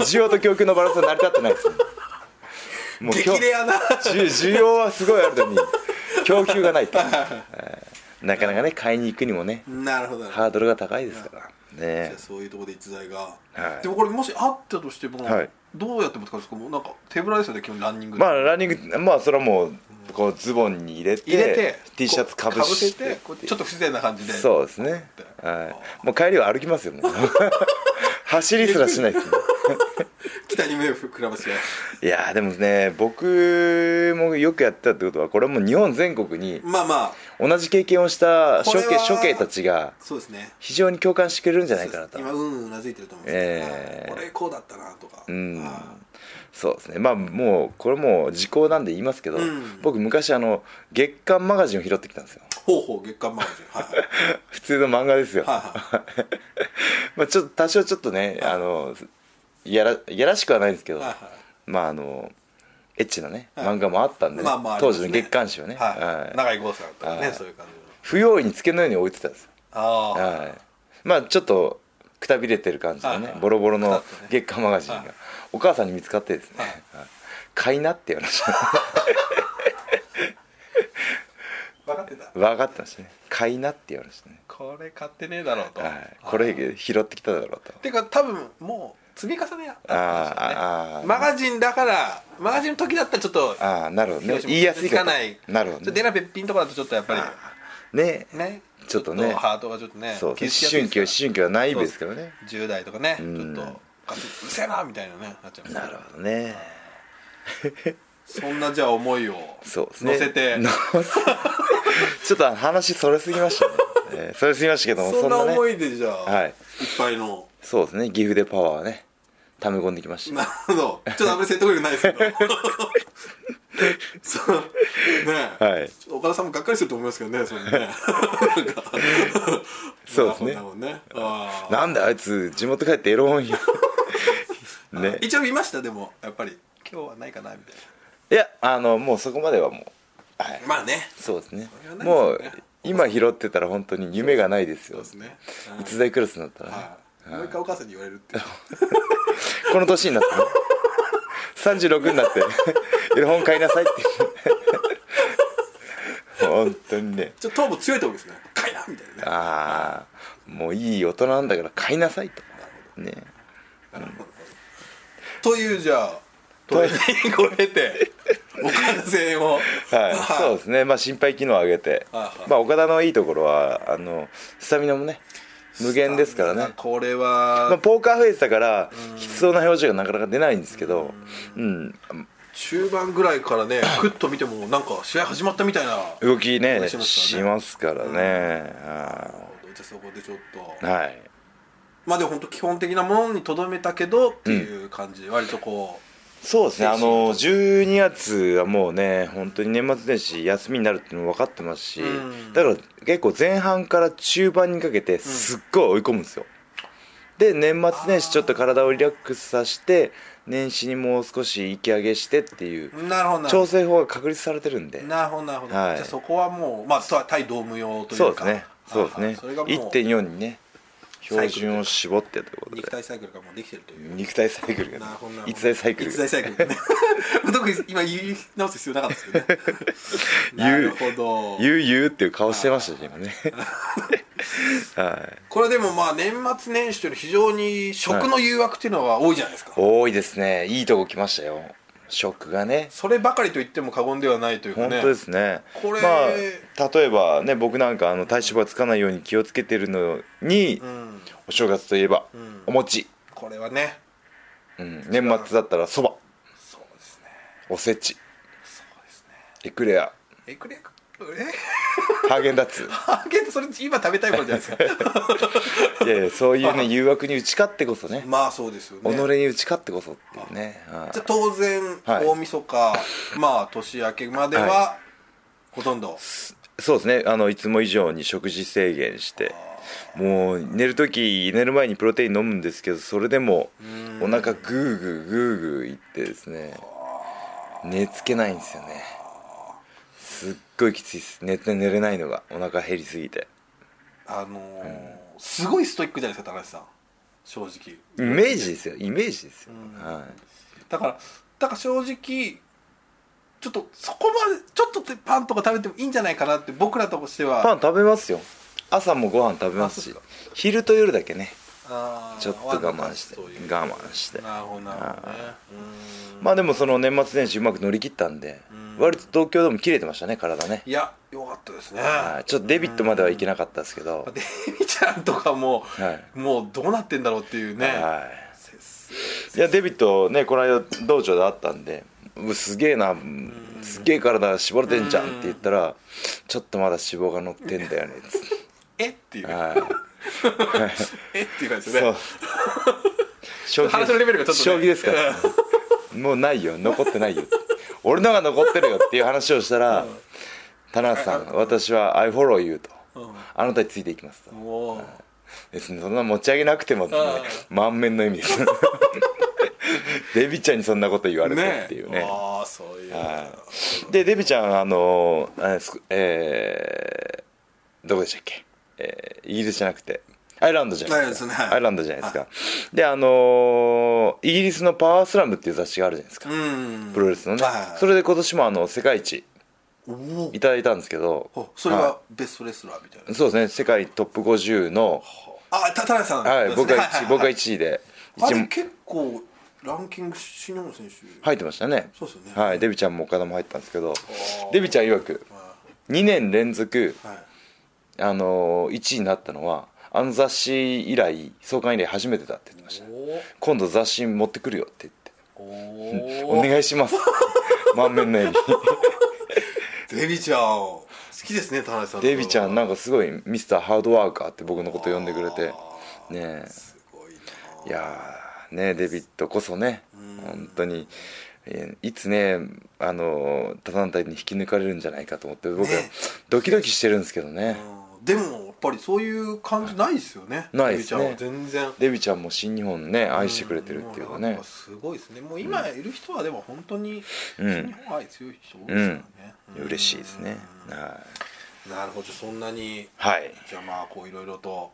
S1: 需要と供給のバランスが成り立ってない
S2: [LAUGHS]
S1: ですねも
S2: 激
S1: 今日
S2: レアな
S1: 需需要はすごいあるのに供給がない
S2: [LAUGHS]
S1: っていうはいなかなかね買いに行くにもね
S2: なるほどなるほど
S1: ハードルが高いですから
S2: じ
S1: ね
S2: ゃあそういうところで逸材が、
S1: はい
S2: でもこれもしあったとしても、
S1: はい
S2: どうやっても使うんですかもうなんか手ぶらですよね基本ランニングで
S1: まあランニングまあそれはもうこうズボンに入れて
S2: 入れて
S1: T シャツかぶして
S2: せてこうちょっと不自然な感じで
S1: そうですねはいもう帰りは歩きますよね
S2: [LAUGHS]
S1: 走りすらしないですね
S2: 北に目をくらまして
S1: いやーでもね僕もよくやってたってことはこれはもう日本全国に
S2: まあまあ
S1: 同じ経験をした
S2: こ
S1: 処
S2: れ
S1: 刑
S2: は
S1: 処刑たちが
S2: そうですね
S1: 非常に共感してくれるんじゃないかなと
S2: そうです今うんうんうなずいてると思うんですけ
S1: ええ
S2: ど、俺こうだったなとか、
S1: うん
S2: あ
S1: そうですねまあもうこれもう時効なんで言いますけど、
S2: うん
S1: 僕昔あの月刊マガジンを拾ってきたんですよ [LAUGHS]
S2: ーほうほう月刊マガジンはいはい
S1: 普通の漫画ですよ、
S2: は
S1: [LAUGHS] まあちょっと多少ちょっとね、あのいやらいやらしくはないですけど、
S2: いはい
S1: まああのエッチなね、
S2: はい
S1: 漫画もあったんでね、
S2: まあまああり
S1: 当
S2: ます
S1: 時
S2: ね
S1: の月刊誌はね、
S2: はい
S1: はい
S2: 長井剛さんとか
S1: は
S2: ね
S1: い
S2: そういう感じの
S1: 不用意につけのように置いてたんですよ
S2: ああ、
S1: はい、まあちょっとくたびれてる感じの
S2: はい
S1: ね
S2: はい
S1: ボロボロの
S2: くたっとね
S1: 月刊マガジンが
S2: はい
S1: お母さんに見つかってですね
S2: はい
S1: はい買いなって言われました
S2: [LAUGHS] 分かってた
S1: 分かってましたね買いなって言われましたね
S2: これ買ってねえだろうと、
S1: はいこれ拾ってきただろうと
S2: ていうか多分もう積み重ねあった
S1: あーあー
S2: んですよねマガジンだからマガジンの時だったらちょっと
S1: ああなるほどね
S2: 広島
S1: 言いやすい
S2: つか
S1: か
S2: ない
S1: なるほ
S2: ちょっと
S1: ど
S2: 出
S1: ね
S2: なべっぴんとかだとちょっとやっぱ
S1: ね
S2: りね
S1: ちょっとね
S2: ハートがちょっとね
S1: そう思
S2: 傷つき
S1: 春期は
S2: やすい
S1: 思春期はないですからね
S2: 10代とかねち
S1: ん
S2: ょっとガツッうるせえなみたいなねなっちゃいます
S1: なるほどね
S2: そんなじゃあ思いを
S1: そうです
S2: 乗
S1: ね
S2: せて
S1: 乗せちょっと話それすぎましたねえーそれすぎましたけども
S2: そんな
S1: ね
S2: 思いでじゃあ
S1: はい
S2: いっぱいの
S1: そうですね岐阜でパワーね溜め込んできました
S2: なるほどちょっとあんまり説得力ないですけど [LAUGHS] そうねえ
S1: はい
S2: 岡田さんもがっかりすると思いますけどね
S1: [LAUGHS]
S2: それねなんか
S1: そうですね
S2: なるほどねあー
S1: なんであいつ地元帰ってエロ本よ
S2: [LAUGHS]
S1: ね
S2: 一応見ましたでもやっぱり今日はないかなみたい
S1: いやあのもうそこまではもうはい
S2: なまあね
S1: そうですね
S2: れはないです
S1: も
S2: よ
S1: う
S2: ね
S1: 今拾ってたら本当に夢がないです
S2: そう
S1: よ
S2: ですね
S1: 逸材クラスになったら、ね
S2: はいもう一回お母さんに言われるっていう
S1: この年になってね36になって [LAUGHS] エロ本買いなさいって [LAUGHS] 本当にね
S2: ちょっと頭部強いとこですねかいなみたいなね
S1: ああもういい大人なんだから買いなさいとね
S2: というじゃあトレーニングを経て岡田戦を
S1: はい、 [LAUGHS] そうですね、まあ、心肺機能を上げて、
S2: はいはい
S1: まあ、岡田のいいところはあのスタミナもね無限ですからね、
S2: これ
S1: まあ、
S2: は
S1: ポーカーフェイスだからきつそうな表情がなかなか出ないんですけど、うん、
S2: 中盤ぐらいからねクッと見てもなんか試合始まったみたいな
S1: 動きね
S2: 動
S1: し
S2: きし
S1: ま
S2: ます
S1: からね、は
S2: じゃあそこでちょっ
S1: い
S2: と
S1: はい
S2: まあでも本当基本的なものにとどめたけどっていう感じで割とこ
S1: そうですね
S2: 精神
S1: あの12月はもうね本当に年末年始休みになるっていうのも分かってますし、
S2: うん
S1: だから結構前半から中盤にかけてすっごい追い込むんですよ、で年末年始ちょっと体をリラックスさせて年始にもう少し息上げしてっていう
S2: うなるほどなるほ
S1: 調整法が確立されてるんで
S2: どなるほどなるほどじ
S1: はい
S2: ゃあそこはもうまあとは対ドーム用とい
S1: そう
S2: う
S1: で
S2: か
S1: すねそうですね
S2: あーそれがもう
S1: 1.4にね
S2: サ
S1: 標
S2: イクルという
S1: 準を絞ってということで
S2: 肉体サイクルがもうできてるという
S1: 肉体サイクルが、ね
S2: なるほどなるほ、ど
S1: 逸材サイクルが
S2: 逸材サイクルね [LAUGHS] 特に今言い直す必要なかったですけどね
S1: [LAUGHS]
S2: なるほど
S1: ゆうゆうっていう顔してましたし今
S2: [LAUGHS]
S1: ねはい
S2: これでもまあ年末年始というのは非常に食の誘惑っていうのは多いじゃないですか、
S1: 多いですねいいとこ来ましたよ食がね
S2: そればかりと言っても過言ではないというか
S1: 本
S2: ね
S1: 当ですね
S2: これ
S1: まあ例えばね僕なんかあの体脂肪がつかないように気をつけてるのに、
S2: うん、
S1: お正月といえば、
S2: ん
S1: お餅、
S2: これはね
S1: うん、年末だったらそば
S2: そうですね
S1: おせち
S2: そうですね
S1: エクレア
S2: エクレアえ [LAUGHS]
S1: ハーゲンダッツ
S2: ハーゲンってそれ今食べたいものじゃないですか [LAUGHS]
S1: いやいやそういうね誘惑に打ち勝ってこそね
S2: まあそうですよね
S1: 己に打ち勝ってこそっていうねはい
S2: じゃあ当然、
S1: はい
S2: 大晦日
S1: [LAUGHS]
S2: まあ年明けまでは、
S1: は
S2: ほとんど
S1: そうですねあのいつも以上に食事制限して
S2: あ
S1: もう寝る時寝る前にプロテイン飲むんですけどそれでもお腹グーグーグーグーいってですね寝つけないんですよねすっごいきついです寝て寝れないのがお腹減りすぎて
S2: あのーすごいストイックじゃないですか高橋さん正直
S1: イメージですよイメージですよ、
S2: うん
S1: はい
S2: だからだから正直ちょっとそこまでちょっとでパンとか食べてもいいんじゃないかなって僕らとしては
S1: パン食べますよ朝もご飯食べますし
S2: あそう
S1: 昼と夜だけね
S2: あー
S1: ちょっと我慢して
S2: そういう
S1: 我慢して
S2: なるほどなるほどねうーん
S1: まあでもその年末年始うまく乗り切ったんで
S2: うん
S1: 割と東京でも切れてましたね体ね
S2: いやよかったですね
S1: はいちょっとデビットまではいけなかったですけど
S2: デミちゃんとかも、
S1: は
S2: もうどうなってんだろうっていうね、
S1: は
S2: 先
S1: いいやデビットねこの間道場で会ったんでうわすげえなすげえ体絞れてんじゃんって言ったらちょっとまだ脂肪が乗ってんだよねつっ
S2: 生えっていう、
S1: て
S2: [LAUGHS]
S1: は
S2: えっていう感
S1: い
S2: じです
S1: そ
S2: よ
S1: う
S2: ね
S1: 将棋
S2: [LAUGHS] 話のレベルがちょっとね
S1: 将棋です
S2: [LAUGHS]
S1: からもうないよ残ってないよ俺のが残ってるよっていう話をしたら「田中さん私は I follow you」と
S2: うん
S1: 「あなたについていきます」と
S2: もう
S1: 別にそんな持ち上げなくても、ね
S2: う、
S1: 満面の意味です [LAUGHS] デビちゃんにそんなこと言われてっていうね
S2: ああそういう
S1: でデビちゃんあのあれすくえーどこでしたっけ、えーイギリスじゃなくてアイルランドじゃないですか
S2: アイルランドですねは
S1: ア
S2: い
S1: イルランドじゃないですか、であのーイギリスの「パワースラム」っていう雑誌があるじゃないですか、
S2: うん
S1: プロレスのね、
S2: はい
S1: それで今年もあの世界一
S2: おお
S1: いただいたんですけど
S2: おそれ
S1: は
S2: がベストレスラーみたいな、
S1: いそうですね世界トップ50の、
S2: あた田辺さん
S1: はい、僕が1位僕が
S2: 一
S1: 1位で
S2: あ
S1: 一
S2: れ
S1: 位
S2: 結構ランキング新日本選手
S1: 入ってましたね
S2: そうですよね
S1: はい、デビちゃんも岡田も入ったんですけど
S2: ー
S1: デビちゃん曰く2年連続、
S2: はい、
S1: あの1位になったのはあの雑誌以来創刊以来初めてだって言ってました今度雑誌持ってくるよって言って
S2: お
S1: 「
S2: お
S1: お願いし
S2: [LAUGHS]
S1: ます」満面の笑み
S2: デビちゃん好きですね田辺さん
S1: デビちゃん
S2: な
S1: なんかすごいミスターハードワーカーって僕のこと呼んでくれてねえ
S2: すごいない
S1: やーねデビットこそね本当にえーいつねあの他団体に引き抜かれるんじゃないかと思って僕は
S2: ね
S1: ドキドキしてるんですけどね
S2: うんでもやっぱりそういう感じないですよね、
S1: ないですね
S2: デビちゃんは全然
S1: デビちゃんも新日本ね愛してくれてるっていうか
S2: ん
S1: ね
S2: なんすごいですねもう今いる人はでも本当に
S1: うん
S2: 新日本愛強い人多いですからね、うん
S1: 嬉しいですねは
S2: なるほどそんなに
S1: いはい
S2: じゃあまあこういろいろと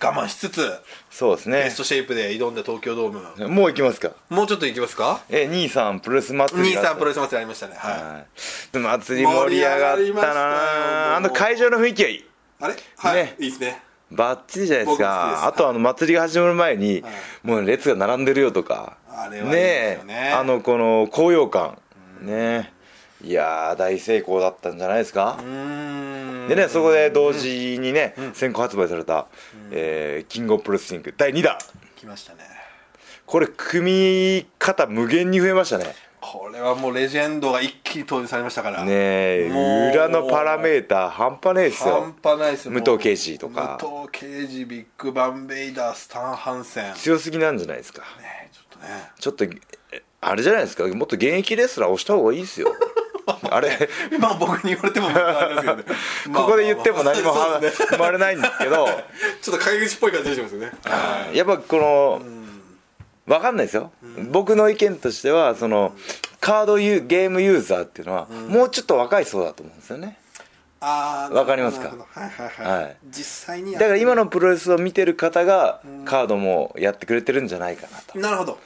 S2: 我慢しつつ
S1: そうです
S2: ベ
S1: ね
S2: ストシェイプで挑んだ東京ドーム
S1: もう行きますか
S2: もうちょっといきますか
S1: え兄さんプロレス祭り
S2: 兄
S1: が
S2: さんプロレス祭りありましたねはい、
S1: はいでも祭り盛り上が
S2: 盛り上がり
S1: っ
S2: ました
S1: た
S2: よもう
S1: なあの会場の雰囲気はいい
S2: あれはい、
S1: ね
S2: いいですね
S1: バッチリじゃないです
S2: 僕好きで
S1: か
S2: す
S1: あとあの祭りが始まる前に
S2: はい
S1: もう列が並んでるよとか
S2: あれはいいです
S1: ね
S2: よね
S1: えあのこの高揚感ねえいやー大成功だったんじゃないですか
S2: うーん
S1: でねそこで同時にね先行発売されたえーキングオブプロレスリング第2弾
S2: 来ましたね
S1: これ組み方無限に増えましたね
S2: これはもうレジェンドが一気に投入されましたから
S1: ねえ
S2: もう
S1: 裏のパラメーター半端ねえですよ
S2: 半端ないですよ
S1: 武藤敬司とか
S2: 武藤敬司ビッグバンベイダースタン・ハンセンね
S1: 強すぎなんじゃないですか
S2: えちょっとね
S1: ちょっとえあれじゃないですかもっと現役レスラーをした方がいいですよあれ
S2: [LAUGHS] まあ僕に言われても僕はあれです
S1: [LAUGHS]
S2: よねまあ
S1: ここで言っても何も
S2: まあま
S1: は
S2: あそうですね
S1: 生まれないんですけど
S2: ちょっと陰口っぽい感じがしますよね
S1: やっぱこの分かんないですよ、僕の意見としてはそのカードユーゲームユーザーっていうのは、もうちょっと若い層だと思うんですよね
S2: あー
S1: わかりますか
S2: なるほどはいはいは
S1: はいい
S2: 実際にや
S1: だ
S2: っ
S1: から今のプロレスを見てる方がカードもやってくれてるんじゃないかなと
S2: なるほど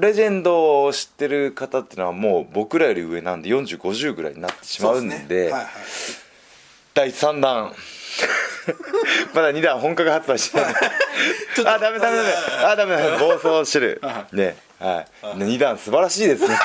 S1: レジェンドを知ってる方っていうのはもう僕らより上なんで4050ぐらいになってしまうんで
S2: そうすねはいはい
S1: 第3弾
S2: [LAUGHS]
S1: まだ2弾本格発売してないあダメダメダメあダメダメ暴走して
S2: [LAUGHS]
S1: るねはい、ね、2弾素晴らしいですね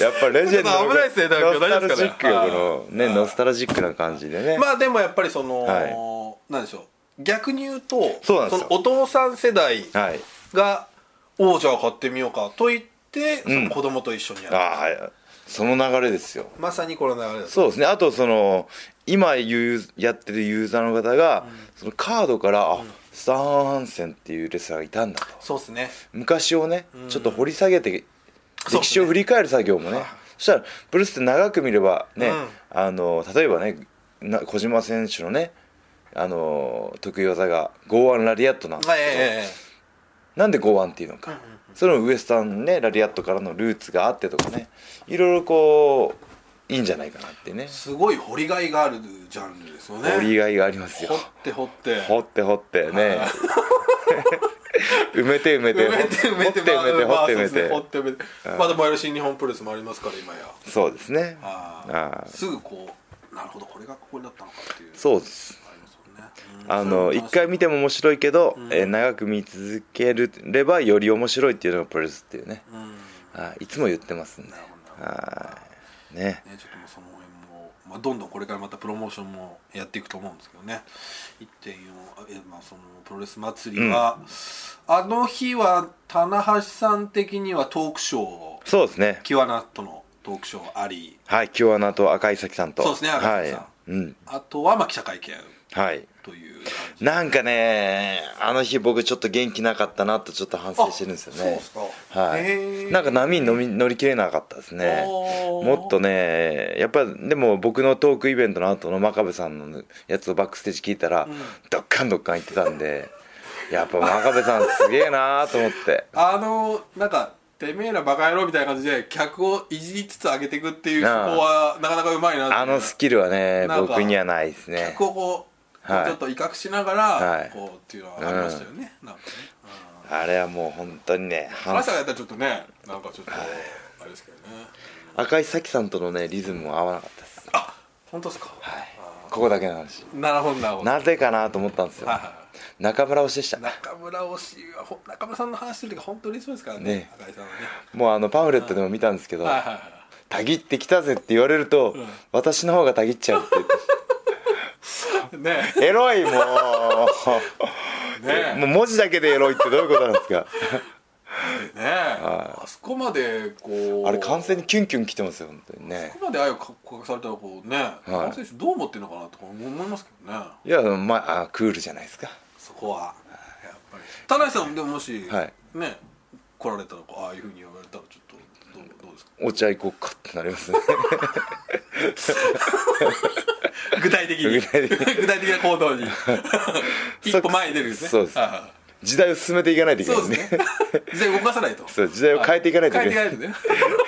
S1: やっぱレジェンド
S2: ちょっと危ないですねだから
S1: ノスタルジックよ
S2: 大
S1: こ
S2: 丈
S1: のねノスタルジックな感じでね、
S2: まあでもやっぱりその、
S1: は
S2: なんでしょう逆に言うと
S1: そうなんですよ
S2: のお父さん世代
S1: はい
S2: が「王者を買ってみようか」と言って、そ
S1: うん
S2: の子供と一緒にや
S1: あ
S2: る、
S1: あその流れですよ
S2: まさにこの流れだと
S1: そうですねあとその今ユーやってるユーザーの方が、そのカードからあスター・ハンセンっていうレスラーがいたんだと
S2: そうですね
S1: 昔をね、ちょっと掘り下げて
S2: そうですね
S1: 歴史を振り返る作業もねそしたらブルースって長く見ればね、
S2: うん
S1: あの例えばねな小島選手のねあの得意技が剛腕ラリアットなんです
S2: まあ
S1: け
S2: え
S1: ど、
S2: え
S1: なんで剛腕っていうの
S2: ええうん
S1: か
S2: う、ん
S1: それもウエスタンねラリアットからのルーツがあってとかねいろいろこういいんじゃないかなってね
S2: すごい掘りがいがあるジャンルですよね
S1: 掘りがいがありますよ
S2: 掘って掘って
S1: 掘って掘ってね [LAUGHS] 埋めて埋めて
S2: 埋めて埋め
S1: 掘
S2: て
S1: って埋めて
S2: まあ
S1: 掘って埋
S2: まあそうですね
S1: め
S2: 掘ってて埋めてまあでもあれ新日本プロレスもありますから今や
S1: そうですね
S2: あ
S1: あ
S2: あすぐこうなるほどこれがここだったのかっていう
S1: そうです
S2: ありますもんねうん
S1: あの
S2: それも楽しみ
S1: 一回見ても面白いけど、
S2: ん
S1: えー長く見続ければより面白いっていうのがプロレスっていうね
S2: うん
S1: あいつも言ってますんで
S2: なるほどなる
S1: はいね
S2: ほどねちょっともうその辺もまあどんどんこれからまたプロモーションもやっていくと思うんですけどね1.4えまあそのプロレス祭りはあの日は棚橋さん的にはトークショーを
S1: そうですね
S2: キワナットのトークショーあり
S1: はい今日アナと赤井咲さんと
S2: そうですね赤井咲さん
S1: はい、うん
S2: あとはまあ記者会見
S1: はい
S2: という感じ
S1: なんかねあの日僕ちょっと元気なかったなとちょっと反省してるんですよね
S2: あそうっすか
S1: は
S2: へ
S1: い
S2: ー
S1: なんか波に乗り乗り切れなかったですね
S2: おー
S1: もっとねやっぱでも僕のトークイベントの後の真壁さんのやつをバックステージ聞いたら、ドッカンドッカン言ってたんで [LAUGHS] やっぱ真壁さんすげえなーと思
S2: [LAUGHS]
S1: って
S2: あのなんかてめえらバカ野郎みたいな感じで客をいじりつつ上げていくっていう手法
S1: なあ
S2: はなかなかうまいなって
S1: あのスキルはね
S2: なんか
S1: 僕にはないですね
S2: 客をこう、
S1: はい
S2: ちょっと威嚇しながら、
S1: はい
S2: こうっていうのはありましたよね、なんかね、
S1: あれはもう本当にね
S2: うん、
S1: 反
S2: 話し
S1: 省
S2: たらやったらちょっとねなんかちょっとあれですけどね
S1: 赤井咲さんとのねリズムも合わなかったです
S2: あ本当ですか、
S1: はいここだけの話
S2: なるほどなるほど
S1: なぜかなと思ったんですよ
S2: はいはい
S1: 中村推しでした
S2: 中村推しはほ中村さんの話する時は本当にそうですからね
S1: ね
S2: 赤井さんはね
S1: もうあのパンフレットでも見たんですけど
S2: はいはいはい
S1: 「たぎってきたぜ」って言われると、
S2: ん
S1: 私の方がたぎっちゃうって言って
S2: ね
S1: エロいもう [LAUGHS]
S2: えね
S1: も
S2: え
S1: う文字だけでエロいってどういうことなんですか
S2: ねえあそこまでこう
S1: あれ完全にキュンキュンきてますよ本当にね
S2: ここまで愛を告白されたらこうね、他の選手どう思ってるのかなとか思いますけどね
S1: いやまああクールじゃないですか
S2: そこはやっぱり田中さんでももし、
S1: はい
S2: ね来られたらこうああいうふうに言われたらちょっとどうどうですか
S1: お茶行こっかってなりますね
S2: 具体的に
S1: [LAUGHS] 具体的 [LAUGHS]
S2: 具体的な行動に一歩前に出るんですね
S1: そうです
S2: はいはい
S1: 時代を進めていかないといけない
S2: そう
S1: ね [LAUGHS]
S2: ですね実際動かさないと
S1: そう時代を変えていかないとい
S2: 変え
S1: け
S2: てい
S1: ない
S2: かないと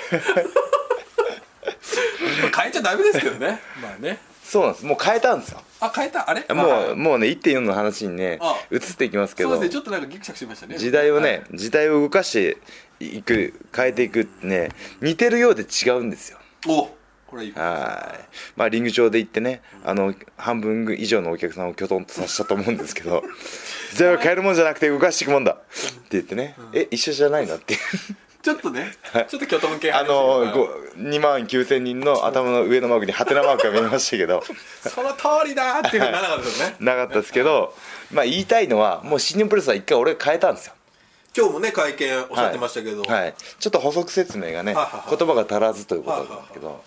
S1: [LAUGHS]
S2: ねまあ変えちゃダメですけどねまあね
S1: そうなんですもう変えたんですよ
S2: あ変えたあれ
S1: もう
S2: う
S1: もうね1.4の話にね
S2: あ
S1: 移っていきますけ
S2: そう
S1: ど
S2: ですねちょっとなんかギクシャクしましたね
S1: 時代を
S2: はい
S1: ね時代を動かしていく変えていくってね似てるようで違うんですよ
S2: おこれいいことですね
S1: はいまあリング上で行ってねあの半分以上のお客さんをきょとんとさせたと思うんですけど [LAUGHS] 時代を変えるもんじゃなくて動かしていくもんだって言ってねえ一緒じゃないのっていう
S2: ちょっとね、ちょっと巨頭系
S1: あ
S2: 入りま
S1: の
S2: したけど
S1: ご2万9000人の頭の上のマークにハテナマークが見えましたけ
S2: [LAUGHS]
S1: ど
S2: その通りだーっていうふうにならなかったですよね。
S1: なかったですけどまあ言いたいのはもう新日本プロレスは一回俺変えたんですよ
S2: 今日もね、会見おっしゃってましたけど、
S1: はいはいちょっと補足説明がね
S2: はいはいはい
S1: 言葉が足らずということなんですけど、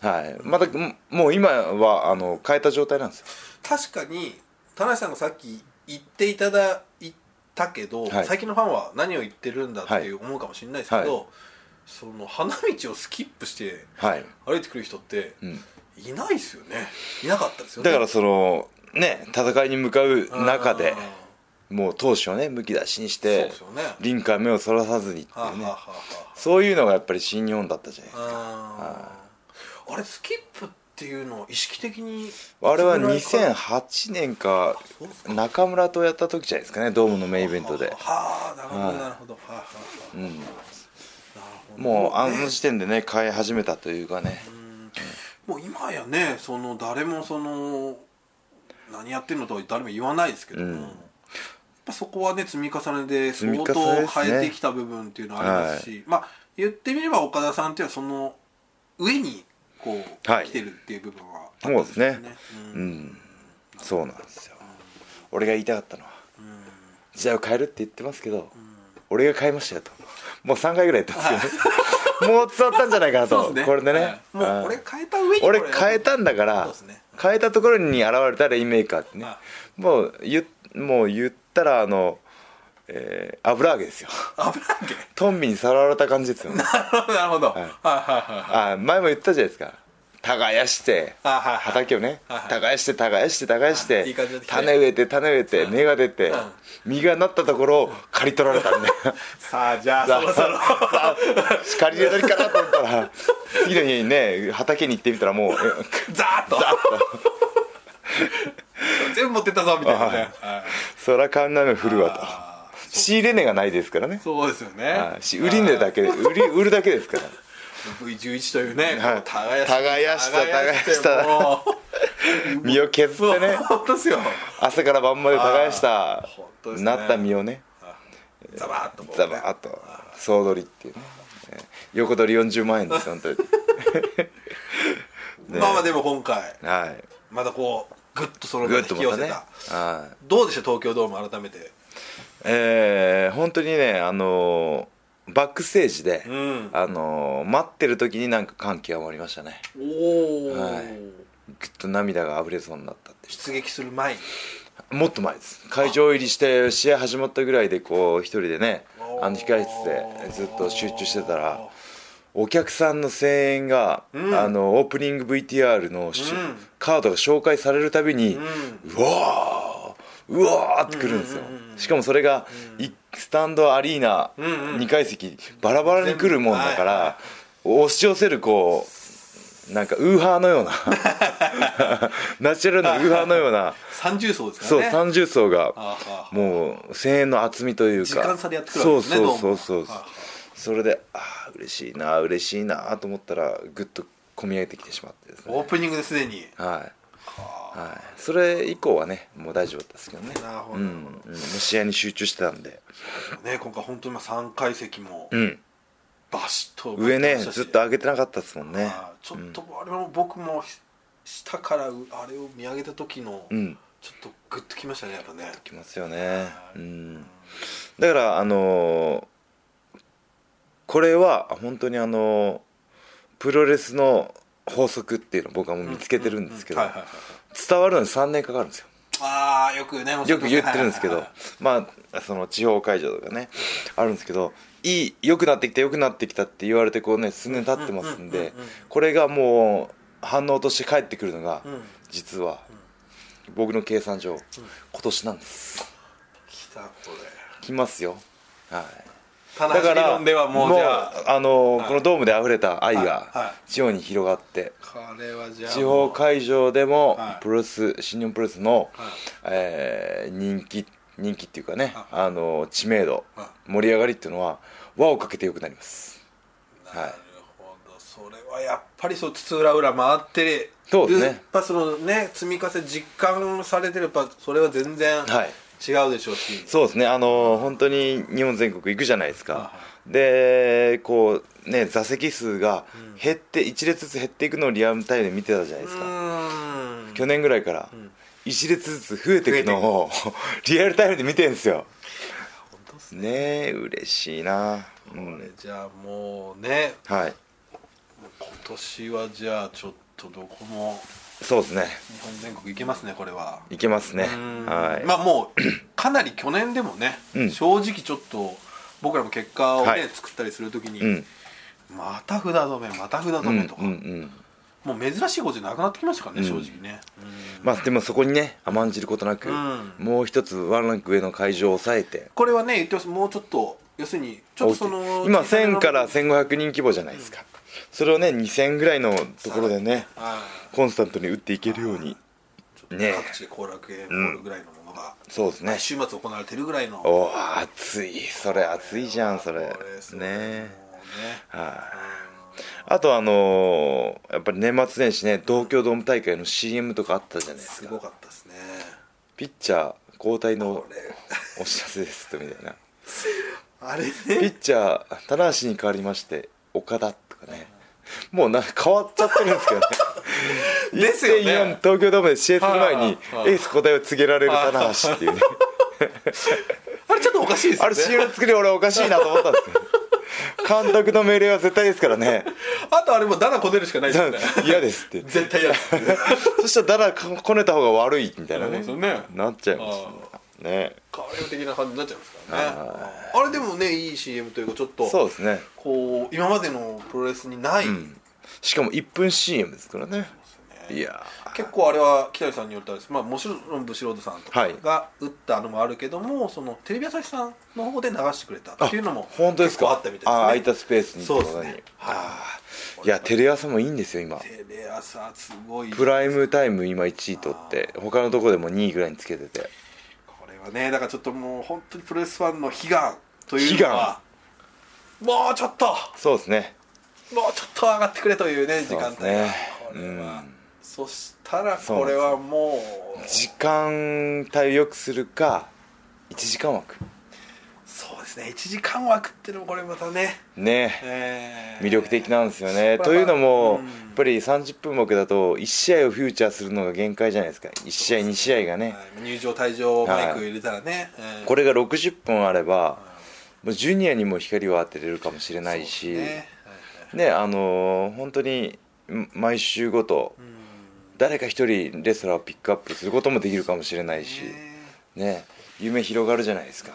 S1: はい、まだんもう今はあの変えた状態なんですよ
S2: 確かに、田中さんがさっき言っていただいたけど、
S1: はい
S2: 最近のファンは何を言ってるんだっていう思うかもしれないですけど、
S1: は
S2: その花道をスキップして
S1: はい、
S2: 歩いてくる人って
S1: うん、
S2: いないですよね。いなかったですよね。
S1: だからそのね戦いに向かう中で
S2: うん
S1: もう闘志をねむき出しにし
S2: そう
S1: て
S2: ですよね。
S1: リンから目をそらさずにって
S2: はあ、
S1: いう
S2: はあ
S1: ね
S2: は
S1: そういうのがやっぱり新日本だったじゃない
S2: あはあ、あれ、スキップっていうのは意識的に
S1: あれは
S2: それぐらいか
S1: 2008年か
S2: そうですか
S1: 中村とやった時じゃないですかねドームのメインイベントで
S2: はあなるほど
S1: はい
S2: なるほどはあはあはあなるほど
S1: もうあの時点でね変え始めたというかね
S2: もう今やねその誰もその何やってんのとは誰も言わないですけども、
S1: うん
S2: やっぱそこはね積み重ねで
S1: 積み
S2: 相
S1: 重ね
S2: 当
S1: ですね
S2: 変えてきた部分っていうのはありますしまあ言ってみれば岡田さんっていうのはその上にこう、
S1: はい
S2: 来てるっていう部分はあった
S1: そうですね
S2: う
S1: うんんそうなんですよ俺が言いたかったのは時代を変えるって言ってますけど俺が変えましたよともう3回ぐらい言ったんですけどもう伝わったんじゃないかな
S2: そう
S1: と
S2: ですね
S1: これで
S2: は
S1: ね
S2: いも
S1: あー
S2: う俺変えた上に
S1: 俺変え
S2: た
S1: たんだか
S2: そう
S1: ら
S2: ですね
S1: 変えたところに現れたレインメーカーってね
S2: は
S1: もう言もう言ったらあの、えー油揚げですよ
S2: 危ないっけ
S1: トンビにさらわれた感じですよね
S2: なるほどなるほど、はいはいはいはい
S1: あ前も言ったじゃないですか耕して
S2: あはいはい
S1: 畑をね
S2: はいはい
S1: 耕して耕して耕し
S2: あい
S1: て
S2: い感じになってきたね
S1: 種植えて種植えて芽が出て
S2: うん
S1: 実がなったところを刈り取られたんで
S2: さあじゃ [LAUGHS] あそろ
S1: [LAUGHS]
S2: そろ
S1: 刈り入れたりかなと思ったら次の日にね畑に行ってみたらもうえ
S2: ザーッ
S1: [LAUGHS]
S2: と全部持ってったぞみたいなね、はい
S1: そらかんなの降るわ
S2: あー
S1: と仕入れ値がないですからね
S2: そうですよね、
S1: はいし売り値だけで売り売るだけです
S2: [LAUGHS]
S1: から
S2: V11 というね、
S1: はい
S2: 耕し
S1: 耕した耕した
S2: もう [LAUGHS]
S1: 身を削ってね
S2: 本当ですよ
S1: 朝から晩まで耕した
S2: ー本当ですね
S1: なった実をね
S2: ザバーッとこう
S1: ザバーッと総取りっていうねえー横取り40万円です本当
S2: [LAUGHS]
S1: に
S2: まあまあでも今回
S1: は
S2: またこうグッとその
S1: いグ
S2: 場
S1: ッ
S2: で
S1: と
S2: 引き寄
S1: また
S2: せた
S1: ねはい
S2: どうでした東京ドーム改めて
S1: えー本当にねあのーバックステージで、
S2: ん
S1: あのー待ってる時になんか感極まりましたね
S2: おお、
S1: はいぐっと涙が溢れそうになったって
S2: 出撃する前に
S1: もっと前です会場入りして試合始まったぐらいでこう一人でねあの控室でずっと集中してたらお客さんの声援が、あのオープニング VTR のし、
S2: うん
S1: カードが紹介されるたびに、
S2: う
S1: うわーうわーってくるんですよ、しかもそれが、いスタンドアリーナ
S2: んうん
S1: 2階席バラバラに来るもんだから、押し寄せるこうなんかウーハーのような
S2: [LAUGHS]
S1: ナチュラルなウーハーのような
S2: 三重奏ですか
S1: そう
S2: らねう
S1: 三重層が
S2: あああ
S1: もう声援の厚みというか
S2: 時間差でやってくるわけですね
S1: そうそうそう
S2: どうも
S1: そう
S2: ああ
S1: それでああ嬉しいな嬉しいなと思ったらぐっと込み上げてきてしまってですね
S2: オープニングですでに
S1: はい、はい、それ以降はねもう大丈夫だったですけどね
S2: なるほど
S1: うん、うん、もう試合に集中してたんで
S2: ね今回本当にまあ三階席も
S1: うん
S2: バシッと埋ま
S1: 上
S2: って
S1: ね
S2: ましたし
S1: ずっと上げてなかったですもんね
S2: ああちょっとあれも僕もひ下からうあれを見上げた時のち
S1: う
S2: ょ
S1: ん
S2: っとグッときましたねやっぱね
S1: きますよねうんだからあのーこれは本当にあのープロレスの法則っていうのを僕はもう見つけてるんですけど
S2: はいはいはい
S1: 伝わるのに3年かかるんですよ
S2: ああよく
S1: [LAUGHS]
S2: ね
S1: よく言ってるんですけどまあその地方会場とかねあるんですけどいい良くなってきた良くなってきたって言われてこうね数年経ってますんでこれがもう反応として返ってくるのが
S2: ん
S1: 実は僕の計算上今年なんです
S2: [LAUGHS] 来たこれ
S1: 来ますよはい
S2: だか理論ではもうじゃあ
S1: あのこのドームで溢れた愛
S2: はいは
S1: が地方に広がって
S2: これはじゃあ
S1: 地方会場でも
S2: はい
S1: プロレス新日本プロレスの、
S2: はい
S1: えー人気人気っていうかね
S2: あ
S1: あの知名度
S2: あ
S1: 盛り上がりっていうのは輪をかけてよくなります
S2: なるほどそれはやっぱりそう津々浦々回ってる
S1: そうですね
S2: やっぱそのね積み重ね実感されてるやっぱそれは全然
S1: はい
S2: 違うでしょうし、
S1: そうですねあの本当に日本全国行くじゃないです
S2: は
S1: かでこうね座席数が減って1列ずつ減っていくのをリアルタイムで見てたじゃないです
S2: う
S1: か
S2: ーん
S1: 去年ぐらいから1列ずつ増えていくのをリアルタイムで見てるんですよ
S2: 本当っすね
S1: ねえ嬉しいな、う
S2: これ
S1: ん、
S2: じゃあもうね
S1: はい
S2: 今年はじゃあちょっとどこも
S1: そうですね
S2: 日本全国行けますねこれはい
S1: けますね
S2: うん
S1: はい、
S2: まあもうかなり去年でもね、
S1: うん
S2: 正直ちょっと僕らも結果をね、
S1: はい
S2: 作ったりするときに、
S1: うん
S2: また札止めまた札止
S1: うん
S2: めとか、
S1: うんうん
S2: もう珍しいことじゃなくなってきましたからね、
S1: うん
S2: 正直ね、
S1: まあでもそこにね甘んじることなく、
S2: うん
S1: もう一つワンランク上の会場を抑えて
S2: これはね言ってますもうちょっと要するにちょっとその
S1: 今
S2: 小さめ
S1: 1000
S2: の
S1: から1500人規模じゃないですか、それをね2000ぐらいのところでね
S2: はい
S1: コンスタントに打っていけるように
S2: ちょっと
S1: ねえ
S2: 各地で後楽園ホールぐらいのものが、
S1: そうですね
S2: 週末行われてるぐらいの
S1: おー熱いそれ熱いじゃんそれ
S2: こそう
S1: ね
S2: もうね
S1: はいあとあのーやっぱり年末年始ね東京ドーム大会の CM とかあったじゃないです
S2: す
S1: か
S2: ごかったですね
S1: ピッチャー交代の
S2: これ
S1: お知らせですとみたいな
S2: あれね
S1: ピッチャー棚橋に代わりまして岡田とかねもうなんか変わっちゃってるんですけどね
S2: [LAUGHS] ですよね
S1: 1.4東京ドームで試合する前に
S2: はいはい
S1: エース交代を告げられる棚橋っていうね
S2: あれちょっとおかしいですよ
S1: あ
S2: ね
S1: れ CM 作り俺おかしいなと思ったんですけど監督の命令は絶対ですからね
S2: あとあれもうダダこねるしかないですよね
S1: 嫌ですって
S2: 絶対やる
S1: [LAUGHS] そしたらだらこねた方が悪いみたいなね
S2: そうですよね
S1: なっちゃいますよねね
S2: カレー的な感じになっちゃいますからねあれでもねいい CM というかちょっと
S1: そうですね
S2: こう今までのプロレスにない、
S1: んしかも1分 CM ですからねいや
S2: 結構あれは北谷さんによるとです、まあ、もちろんブシロードさんとかが打ったのもあるけども、そのテレビ朝日さんの方で流してくれたっていうのも
S1: 本当ですか
S2: 結構あったみ
S1: あ空
S2: たい
S1: い
S2: ですね
S1: たスペースに
S2: そうですね
S1: にあーいやテレ朝もいいんですよ今
S2: テレ朝すごい
S1: プライムタイム今1位取って他のとこでも2位ぐらいにつけてて
S2: これはねだからちょっともう本当にプロレスファンの悲願というのはもうちょっと
S1: そうですね
S2: もうちょっと上がってくれというね時
S1: そう
S2: 間
S1: です
S2: 帯が、
S1: ね
S2: これ
S1: う
S2: は、
S1: ん
S2: そしたらこれはもう
S1: 時間帯を良くするか1時間枠
S2: そうですね1時間枠っていうのもこれまたね、
S1: ね
S2: えー
S1: 魅力的なんですよね、
S2: まあ
S1: というのも、
S2: うん
S1: やっぱり30分枠だと1試合をフューチャーするのが限界じゃないですか1試合2試合がね、
S2: はい入場退場マイク入れたらね、えー
S1: これが60分あれば、もうジュニアにも光を当てれるかもしれない
S2: そう
S1: し
S2: です
S1: ね
S2: ねはいはい
S1: あのー本当にん毎週ごと
S2: うん
S1: 誰か一人レストランをピックアップすることもできるかもしれないし、
S2: ね
S1: ね夢広がるじゃないですか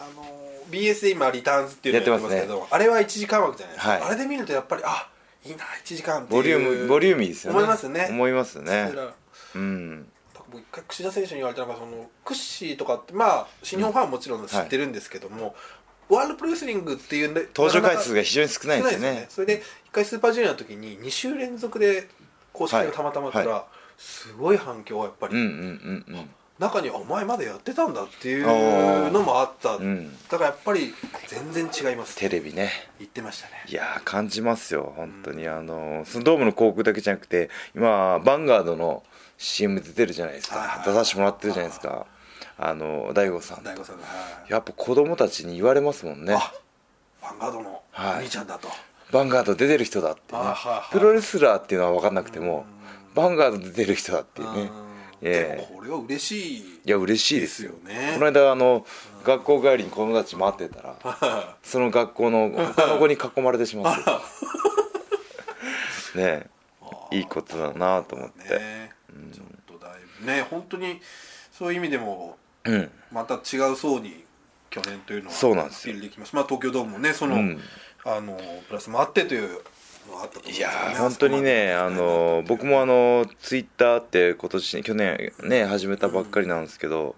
S2: あの BS で今リターンズっていうのやってますけど
S1: や
S2: あれは1時間枠じゃないですか、
S1: はい
S2: あれで見るとやっぱりあいいな1時間っていう
S1: ボリュームボリューミーですよね
S2: 思いますね
S1: 思いますね
S2: それら
S1: うん
S2: なんかもう一回櫛田選手に言われたのがそのクッシーとかってまあ新日本ファンはもちろん知ってるんですけども、ワールドプロレスリングっていうね
S1: 登場回数が非常に少
S2: な
S1: ない
S2: か
S1: んで
S2: なか
S1: す
S2: 少
S1: よ
S2: ない
S1: ね
S2: それで一回スーパージュニアの時に2週連続で公式がたまたまったら、
S1: は
S2: すごい反響がやっぱり、
S1: うんうんうんうん
S2: 中には「お前まだやってたんだ」っていうのもあった、
S1: ん
S2: だからやっぱり全然違います
S1: テレビね
S2: 言ってましたね
S1: いやー感じますよ本当に、あのーそのドームの広告だけじゃなくて今バンガードの CM 出てるじゃないです
S2: はいはい
S1: か
S2: はい
S1: 出させてもらってるじゃないですかあのー大悟さん
S2: 大悟さんが、はい
S1: やっぱ子供たちに言われますもんね
S2: あファンガードの
S1: はい
S2: 兄ちゃんだと、
S1: バンガード出てる人だってね
S2: あはいはい
S1: プロレスラーっていうのは分かんなくてもバンガード出てる人だっていうね
S2: うん
S1: え
S2: で
S1: え
S2: もこれは嬉しい
S1: いや嬉しいですよ
S2: よね
S1: この間あの学校帰りに子供たち待ってたらその学校の他の子に囲まれてしまって
S2: [LAUGHS]
S1: ねえいいことだなと思って、
S2: ね、ちょっとだいぶね本当にそういう意味でも
S1: うん
S2: また違う層に去年というのは
S1: そうなんですよ
S2: アピールできましたまあ東京ドームもねその、
S1: うん
S2: あのプラスもあってというのがあったと思うんで
S1: い
S2: すよ
S1: や
S2: ね
S1: ー本当にねあの僕もあのツイッターって今年去年ね始めたばっかりなんですけど、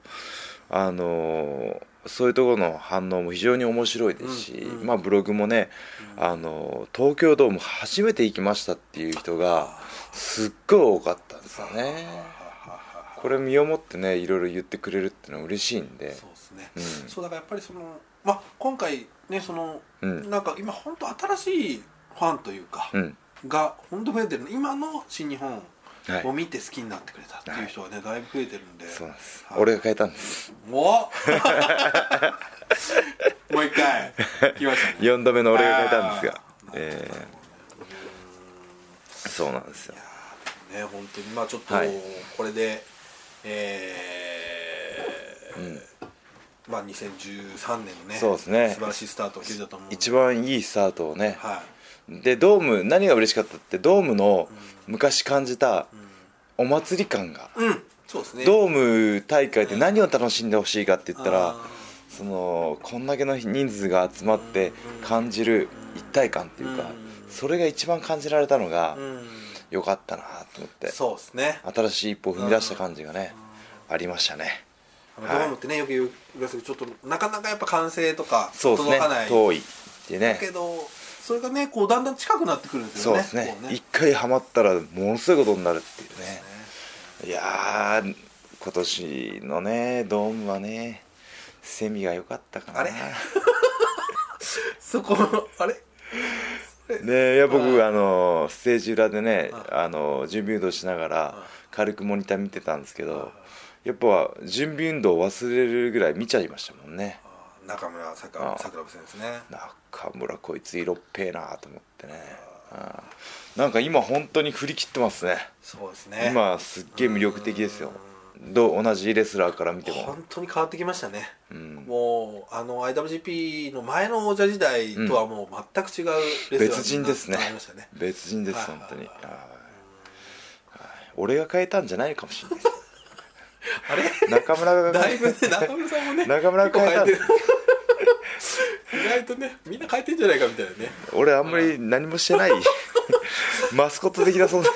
S1: あのそういうところの反応も非常に面白いですし、
S2: うんうん
S1: まあブログもね、あの東京ドーム初めて行きましたっていう人がすっごい多かったんですよねこれ身をもってねいろいろ言ってくれるっていうのは嬉しいんで
S2: そうですね、
S1: うん
S2: そうだからやっぱりその、まあ、今回ねその、
S1: うん
S2: なんか今本当新しいファンというか、
S1: うん
S2: が本当増えてるの今の新日本
S1: はい
S2: を見て好きになってくれたっていう人がね、だいぶ増えてるんで
S1: そうなんです、
S2: はい
S1: 俺が変えたんです
S2: もう [LAUGHS] もう一回来ましたね
S1: 4度目の俺が変えたんですが
S2: あー、
S1: えーそうなんですよ
S2: ね本当にまあちょっと
S1: はい
S2: これで、えーまあ2013年のね
S1: そうですね
S2: 素晴らしいスタートを切れたと思うんで
S1: 一番いいスタートをね、
S2: はい
S1: でドーム何が嬉しかったってドームの昔感じたお祭り感が、
S2: うんそうですねう
S1: ドーム大会で何を楽しんでほしいかって言ったら、
S2: あー
S1: そのこんだけの人数が集まって感じる一体感っていうか、
S2: うん
S1: それが一番感じられたのが
S2: ん
S1: 良かったなと思って、
S2: そうですね
S1: 新しい一歩を踏み出した感じがね、ありましたね
S2: あのドームってねよく言う言いますけどちょっとなかなかやっぱ完成とか
S1: そうです
S2: 届
S1: ね
S2: かない
S1: 遠いってね
S2: けどそれがねこうだんだん近くなってくるんです
S1: そう
S2: よ
S1: で
S2: ね
S1: すね
S2: こう
S1: 一回ハマったらものすごいことになるっていうねいやー今年のねドームはねセミが良かったかな
S2: あれそこのあれ
S1: ねいや僕、
S2: うん
S1: [LAUGHS] あのステージ裏でね、あの準備運動しながら軽くモニター見てたんですけど、やっぱ準備運動を忘れるぐらい見ちゃいましたもんね
S2: 中村さ
S1: あ
S2: か桜部選手ね
S1: 中村こいつ色っぺえなと思ってね、うんなんか今本当に振り切ってますね
S2: そうですね
S1: 今すっげえ魅力的ですよどう同じレスラーから見ても
S2: 本当に変わってきましたね、
S1: ん
S2: もうあの IWGP の前の王者時代とはもう全く違うレスラー
S1: 別人ですね
S2: になりましたね
S1: 別人です
S2: はい
S1: 本
S2: はい
S1: 当にはいはい俺が変えたんじゃないかもしれないです
S2: あれ
S1: 中村が
S2: だいぶね中村さんもね
S1: 中村変えたんです
S2: 結構変えてる意外とねみんな変えてんじゃないかみたいなね
S1: 俺あんまり何もしてないマスコット的な存
S2: [LAUGHS]
S1: 在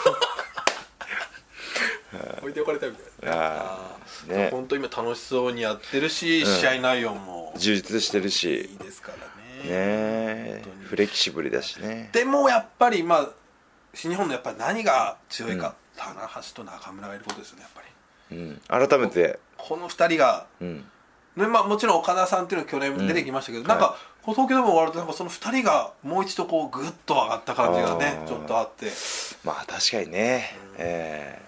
S2: 置いておかれたみたいな
S1: あー
S2: ね
S1: ね
S2: 本当今楽しそうにやってるし、試合内容も
S1: 充実してる
S2: い
S1: し
S2: いですからね
S1: ね
S2: 本当に
S1: フレキシブルだしね
S2: でもやっぱりまあ新日本のやっぱり何が強いか、棚橋と中村がいることですよねやっぱり
S1: うん改めて
S2: この2人が、
S1: うん
S2: ねまあ、もちろん岡田さんっていうのは去年出てきましたけど、なん
S1: は
S2: か、東京でも終わるとなんかその2人がもう一度こうグッと上がった感じがね
S1: あー
S2: ちょっとあって
S1: まあ確かにねええ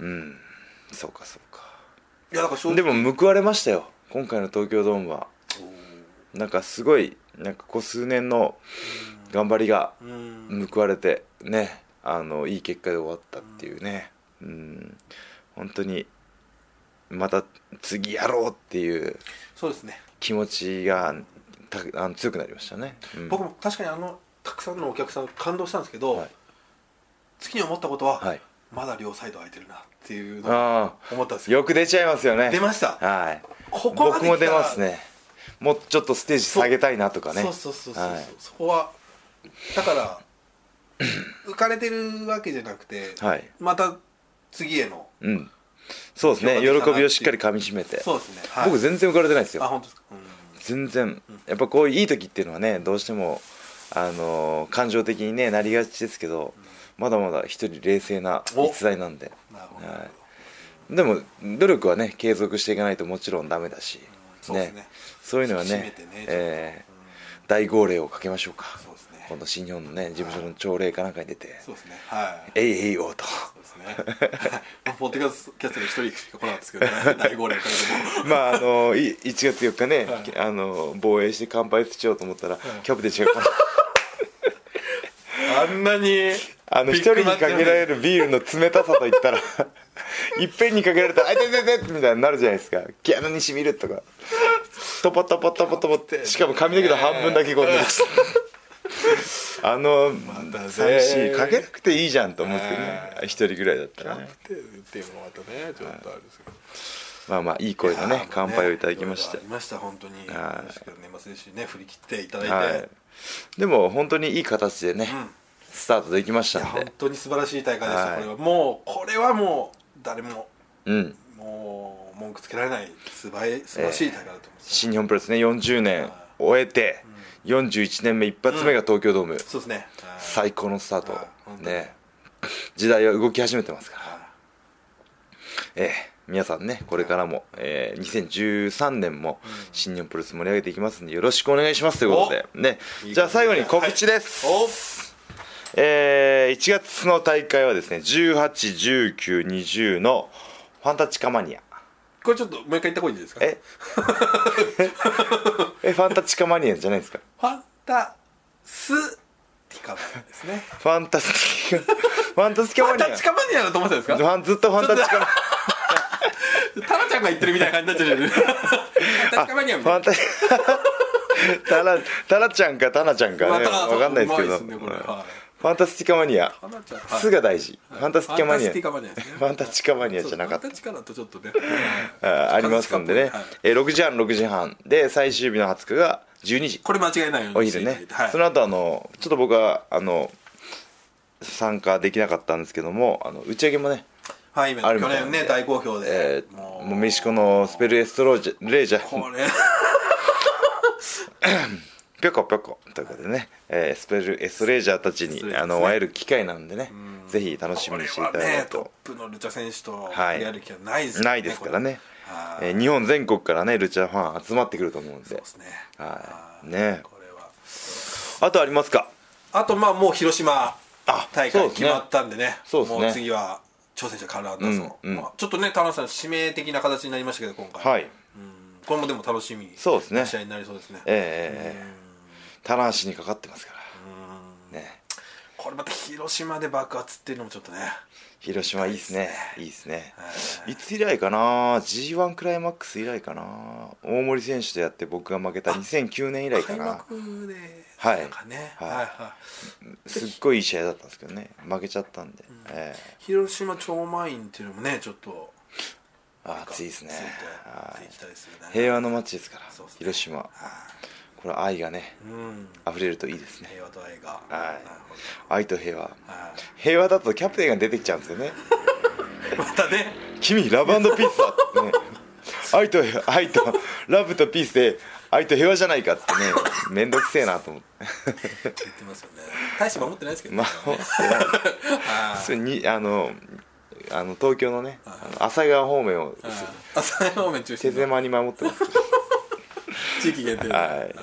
S1: うんそうかそうか
S2: いやだから正直
S1: でも報われましたよ今回の東京ドームはなんかすごいなんかここ数年の頑張りが
S2: うん
S1: 報われてねあのいい結果で終わったっていうねうん本当にまた次やろうっていう
S2: そうですね、
S1: 気持ちがたあの強くなりましたね、うん
S2: 僕も確かにあのたくさんのお客さん感動したんですけど、
S1: はい
S2: 次に思ったことは、
S1: はい
S2: まだ両サイド空いてるなっていうのを
S1: あ
S2: 思ったんです
S1: あ
S2: よ
S1: よく出ちゃいますよね
S2: 出ました
S1: はい
S2: ここまで来たら
S1: 僕も出ますねもうちょっとステージ下げたいなとかね
S2: そうそうそうそうそう、
S1: はい
S2: そこはだから [CLEARS THROAT] 浮かれてるわけじゃなくて、
S1: はい
S2: また次への
S1: うんそうですね
S2: 広がってきた
S1: 喜
S2: なっていう
S1: びをしっかりかみしめて
S2: そうですね、はい、
S1: 僕全然浮かれてないです
S2: あ
S1: よ
S2: 本当ですか、うん
S1: 全然やっぱこういういい時っていうのはねどうしてもあのー感情的にねなりがちですけどまだまだ一人冷静な
S2: お
S1: 逸材なんで
S2: なるほど、
S1: はでも努力はね継続していかないともちろんダメだし
S2: そうですね
S1: そういうのは
S2: 引き締め
S1: ね
S2: てね
S1: えー大号令をかけましょうか
S2: そうですね
S1: 今度新日本のね事務所の朝礼かなんかに出て
S2: そうですねはい
S1: 「えいえいおう」と
S2: そうですね [LAUGHS] はいポッドキャストの一人しか来なかったですけど、ね、 [LAUGHS] 大号令からで
S1: [LAUGHS]
S2: も
S1: まああのい1月4日ね、
S2: はい
S1: あの防衛して乾杯しようと思ったら、キャプテン違うから
S2: あんなに
S1: あの一人にかけられるビールの冷たさといったらいっぺんにかけられたら「あいてててて」みたいになるじゃないですか「毛穴にしみる」とかトポトポトポトポってしかも髪の毛の半分だけこう抜くあの
S2: た
S1: 寂し
S2: ぜ
S1: いかけなくていいじゃんと思うんですけどね
S2: え
S1: 一人ぐらいだったらね
S2: ってっていうのがまたねちょっとあれですけど
S1: まあまあいい声の
S2: あーもう
S1: ね乾杯をいただきまし
S2: ろ
S1: て
S2: ろありました本当に
S1: はい
S2: しかも年末年始ね振り切っていただいて、、
S1: はいいでも本当にいい形でねスタートできました
S2: や
S1: んで
S2: 本当に素晴らしい大会でした、
S1: はい
S2: これはもうこれはもう誰も
S1: うん
S2: もう文句つけられない素晴素晴らしい大会だと思います、
S1: 新日本プロレスね40年終えて41年目一発目が東京ドーム
S2: そうですねはい
S1: 最高のスター
S2: はい本
S1: ト
S2: 当に
S1: ね時代は動き始めてますから
S2: は
S1: ええ皆さんねこれからもええ2013年も新日本プロレス盛り上げていきますんでよろしくお願いしますということでね
S2: いい
S1: じゃあ最後に告知です
S2: はいお
S1: えー1月の大会はですね181920のファンタチカマニア
S2: これちょっともう一回言った方がいいんですか
S1: え [LAUGHS] えファンタチカマニアじゃないですか
S2: ファンタスティカマニアですね
S1: ファンタスティックファンタスティ
S2: フ
S1: ックマ
S2: ァンタ
S1: ニア
S2: チカマニアだと思ってたんです
S1: フ
S2: か
S1: ァンずっとファンタチカマニ
S2: タラちゃんが言ってるみたいな感じに
S1: [LAUGHS]
S2: なっちゃうじゃないファンタチカマニア
S1: ア
S2: み
S1: フ
S2: た
S1: ァンタタラ
S2: い
S1: タラちゃんかタナちゃんか
S2: な
S1: ねわかんないですけ
S2: うま
S1: ど
S2: っすねこれは
S1: ファンタスティカマニア
S2: いタナちゃんはい
S1: すが大事ファンタスティカマニア
S2: ファンタスティカマ
S1: フ
S2: ニアです
S1: ァンタチカマニアじゃ
S2: ね
S1: なかった
S2: そうファンタチカだとちょっとね
S1: あありますんでね
S2: はい、
S1: えー6時半6時半で最終日の20日が12時
S2: これ間違いないよう
S1: お
S2: にして
S1: 昼
S2: いただ
S1: ね
S2: い、てはい、
S1: その後あのちょっと僕はあの参加できなかったんですけどもあの打ち上げもね、
S2: はい、今
S1: あるみ
S2: 去
S1: たいなん
S2: 年
S1: で
S2: ね大好評で
S1: え、ー、もうメシコのスペルエストロージェレージャー
S2: これ
S1: ぴょこぴょこということでね、えースペルエストレージャーたちに、
S2: そうですね
S1: あの会える機会なんでねぜひ楽しみにしていただ
S2: これは
S1: け
S2: ね
S1: る
S2: トッ
S1: と、
S2: プのルチャ選手と
S1: はい
S2: やる気はないですよね
S1: ないですからね
S2: これ
S1: え
S2: は、い
S1: ー日本全国からねルチャファン集まってくると思うん
S2: そ
S1: で
S2: うですね
S1: はいね
S2: これは
S1: あとありますか
S2: あとまあもう広島
S1: あ
S2: 大
S1: そう
S2: 会
S1: です
S2: 決
S1: ね
S2: まったんでね
S1: そうですね
S2: もう次は挑戦者カール・アンダーソン、
S1: うんうん
S2: まあ、ちょっとね田中さん指名的な形になりましたけど今回
S1: はい
S2: うんこれもでも楽しみ
S1: そうですね
S2: な試合になりそうですね
S1: えー、えー、棚橋にかかってますからね
S2: これまた広島で爆発っていうのもちょっとね
S1: 広島いいですねいいですね
S2: はい
S1: つ以来かな G1 クライマックス以来かな大森選手とやって僕が負けた2009年以来か
S2: 開
S1: な
S2: 幕で
S1: はい
S2: なんかね、
S1: は
S2: はいいは
S1: すっごいいい試合だったんですけどね負けちゃったんで、え
S2: い、広島超満員っていうのもねちょっと
S1: ー、あー熱いですね
S2: ついて
S1: は
S2: 行きたいですよね
S1: い平和の街ですから
S2: そうですね
S1: 広島
S2: は
S1: ここれは愛がね
S2: うん
S1: 溢れるといいですね
S2: 平和と愛が
S1: はい
S2: なるほど
S1: 愛と平和
S2: はい
S1: 平和だとキャプテンが出てきちゃうんですよ
S2: [LAUGHS]
S1: ね
S2: またね
S1: 君ラブピースだって
S2: [LAUGHS]
S1: ね愛と愛とラブとピースで愛と平和じゃないかってねめんどくせえなと思って
S2: 言ってますよね大して守ってないですけどね
S1: まあ
S2: [LAUGHS] はい
S1: それにあのあの東京のねあの朝川方面を
S2: はい朝日方面中
S1: 手
S2: 心の
S1: 狭に守ってます
S2: 地域限定で
S1: はい
S2: はい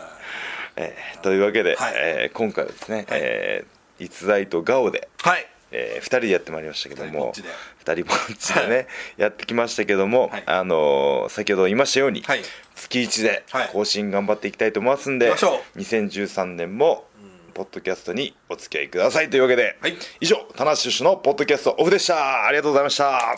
S1: えーというわけで、
S2: はい
S1: えー今回はですね、えー逸材とガオで、
S2: はい
S1: え2人でやってまいりましたけども
S2: 二
S1: 2
S2: 人ぼっちで
S1: 人ぼっちでね、やってきましたけども、
S2: はい
S1: あのー先ほど言いましたように、
S2: はい
S1: 月1で
S2: はい
S1: 更新頑張っていきたいと思いますんで、
S2: 行きましょ
S1: 2013年もポッドキャストにお付き合いくださいというわけで、
S2: はい
S1: 以上田中シュシュのポッドキャストオフでしたありがとうございました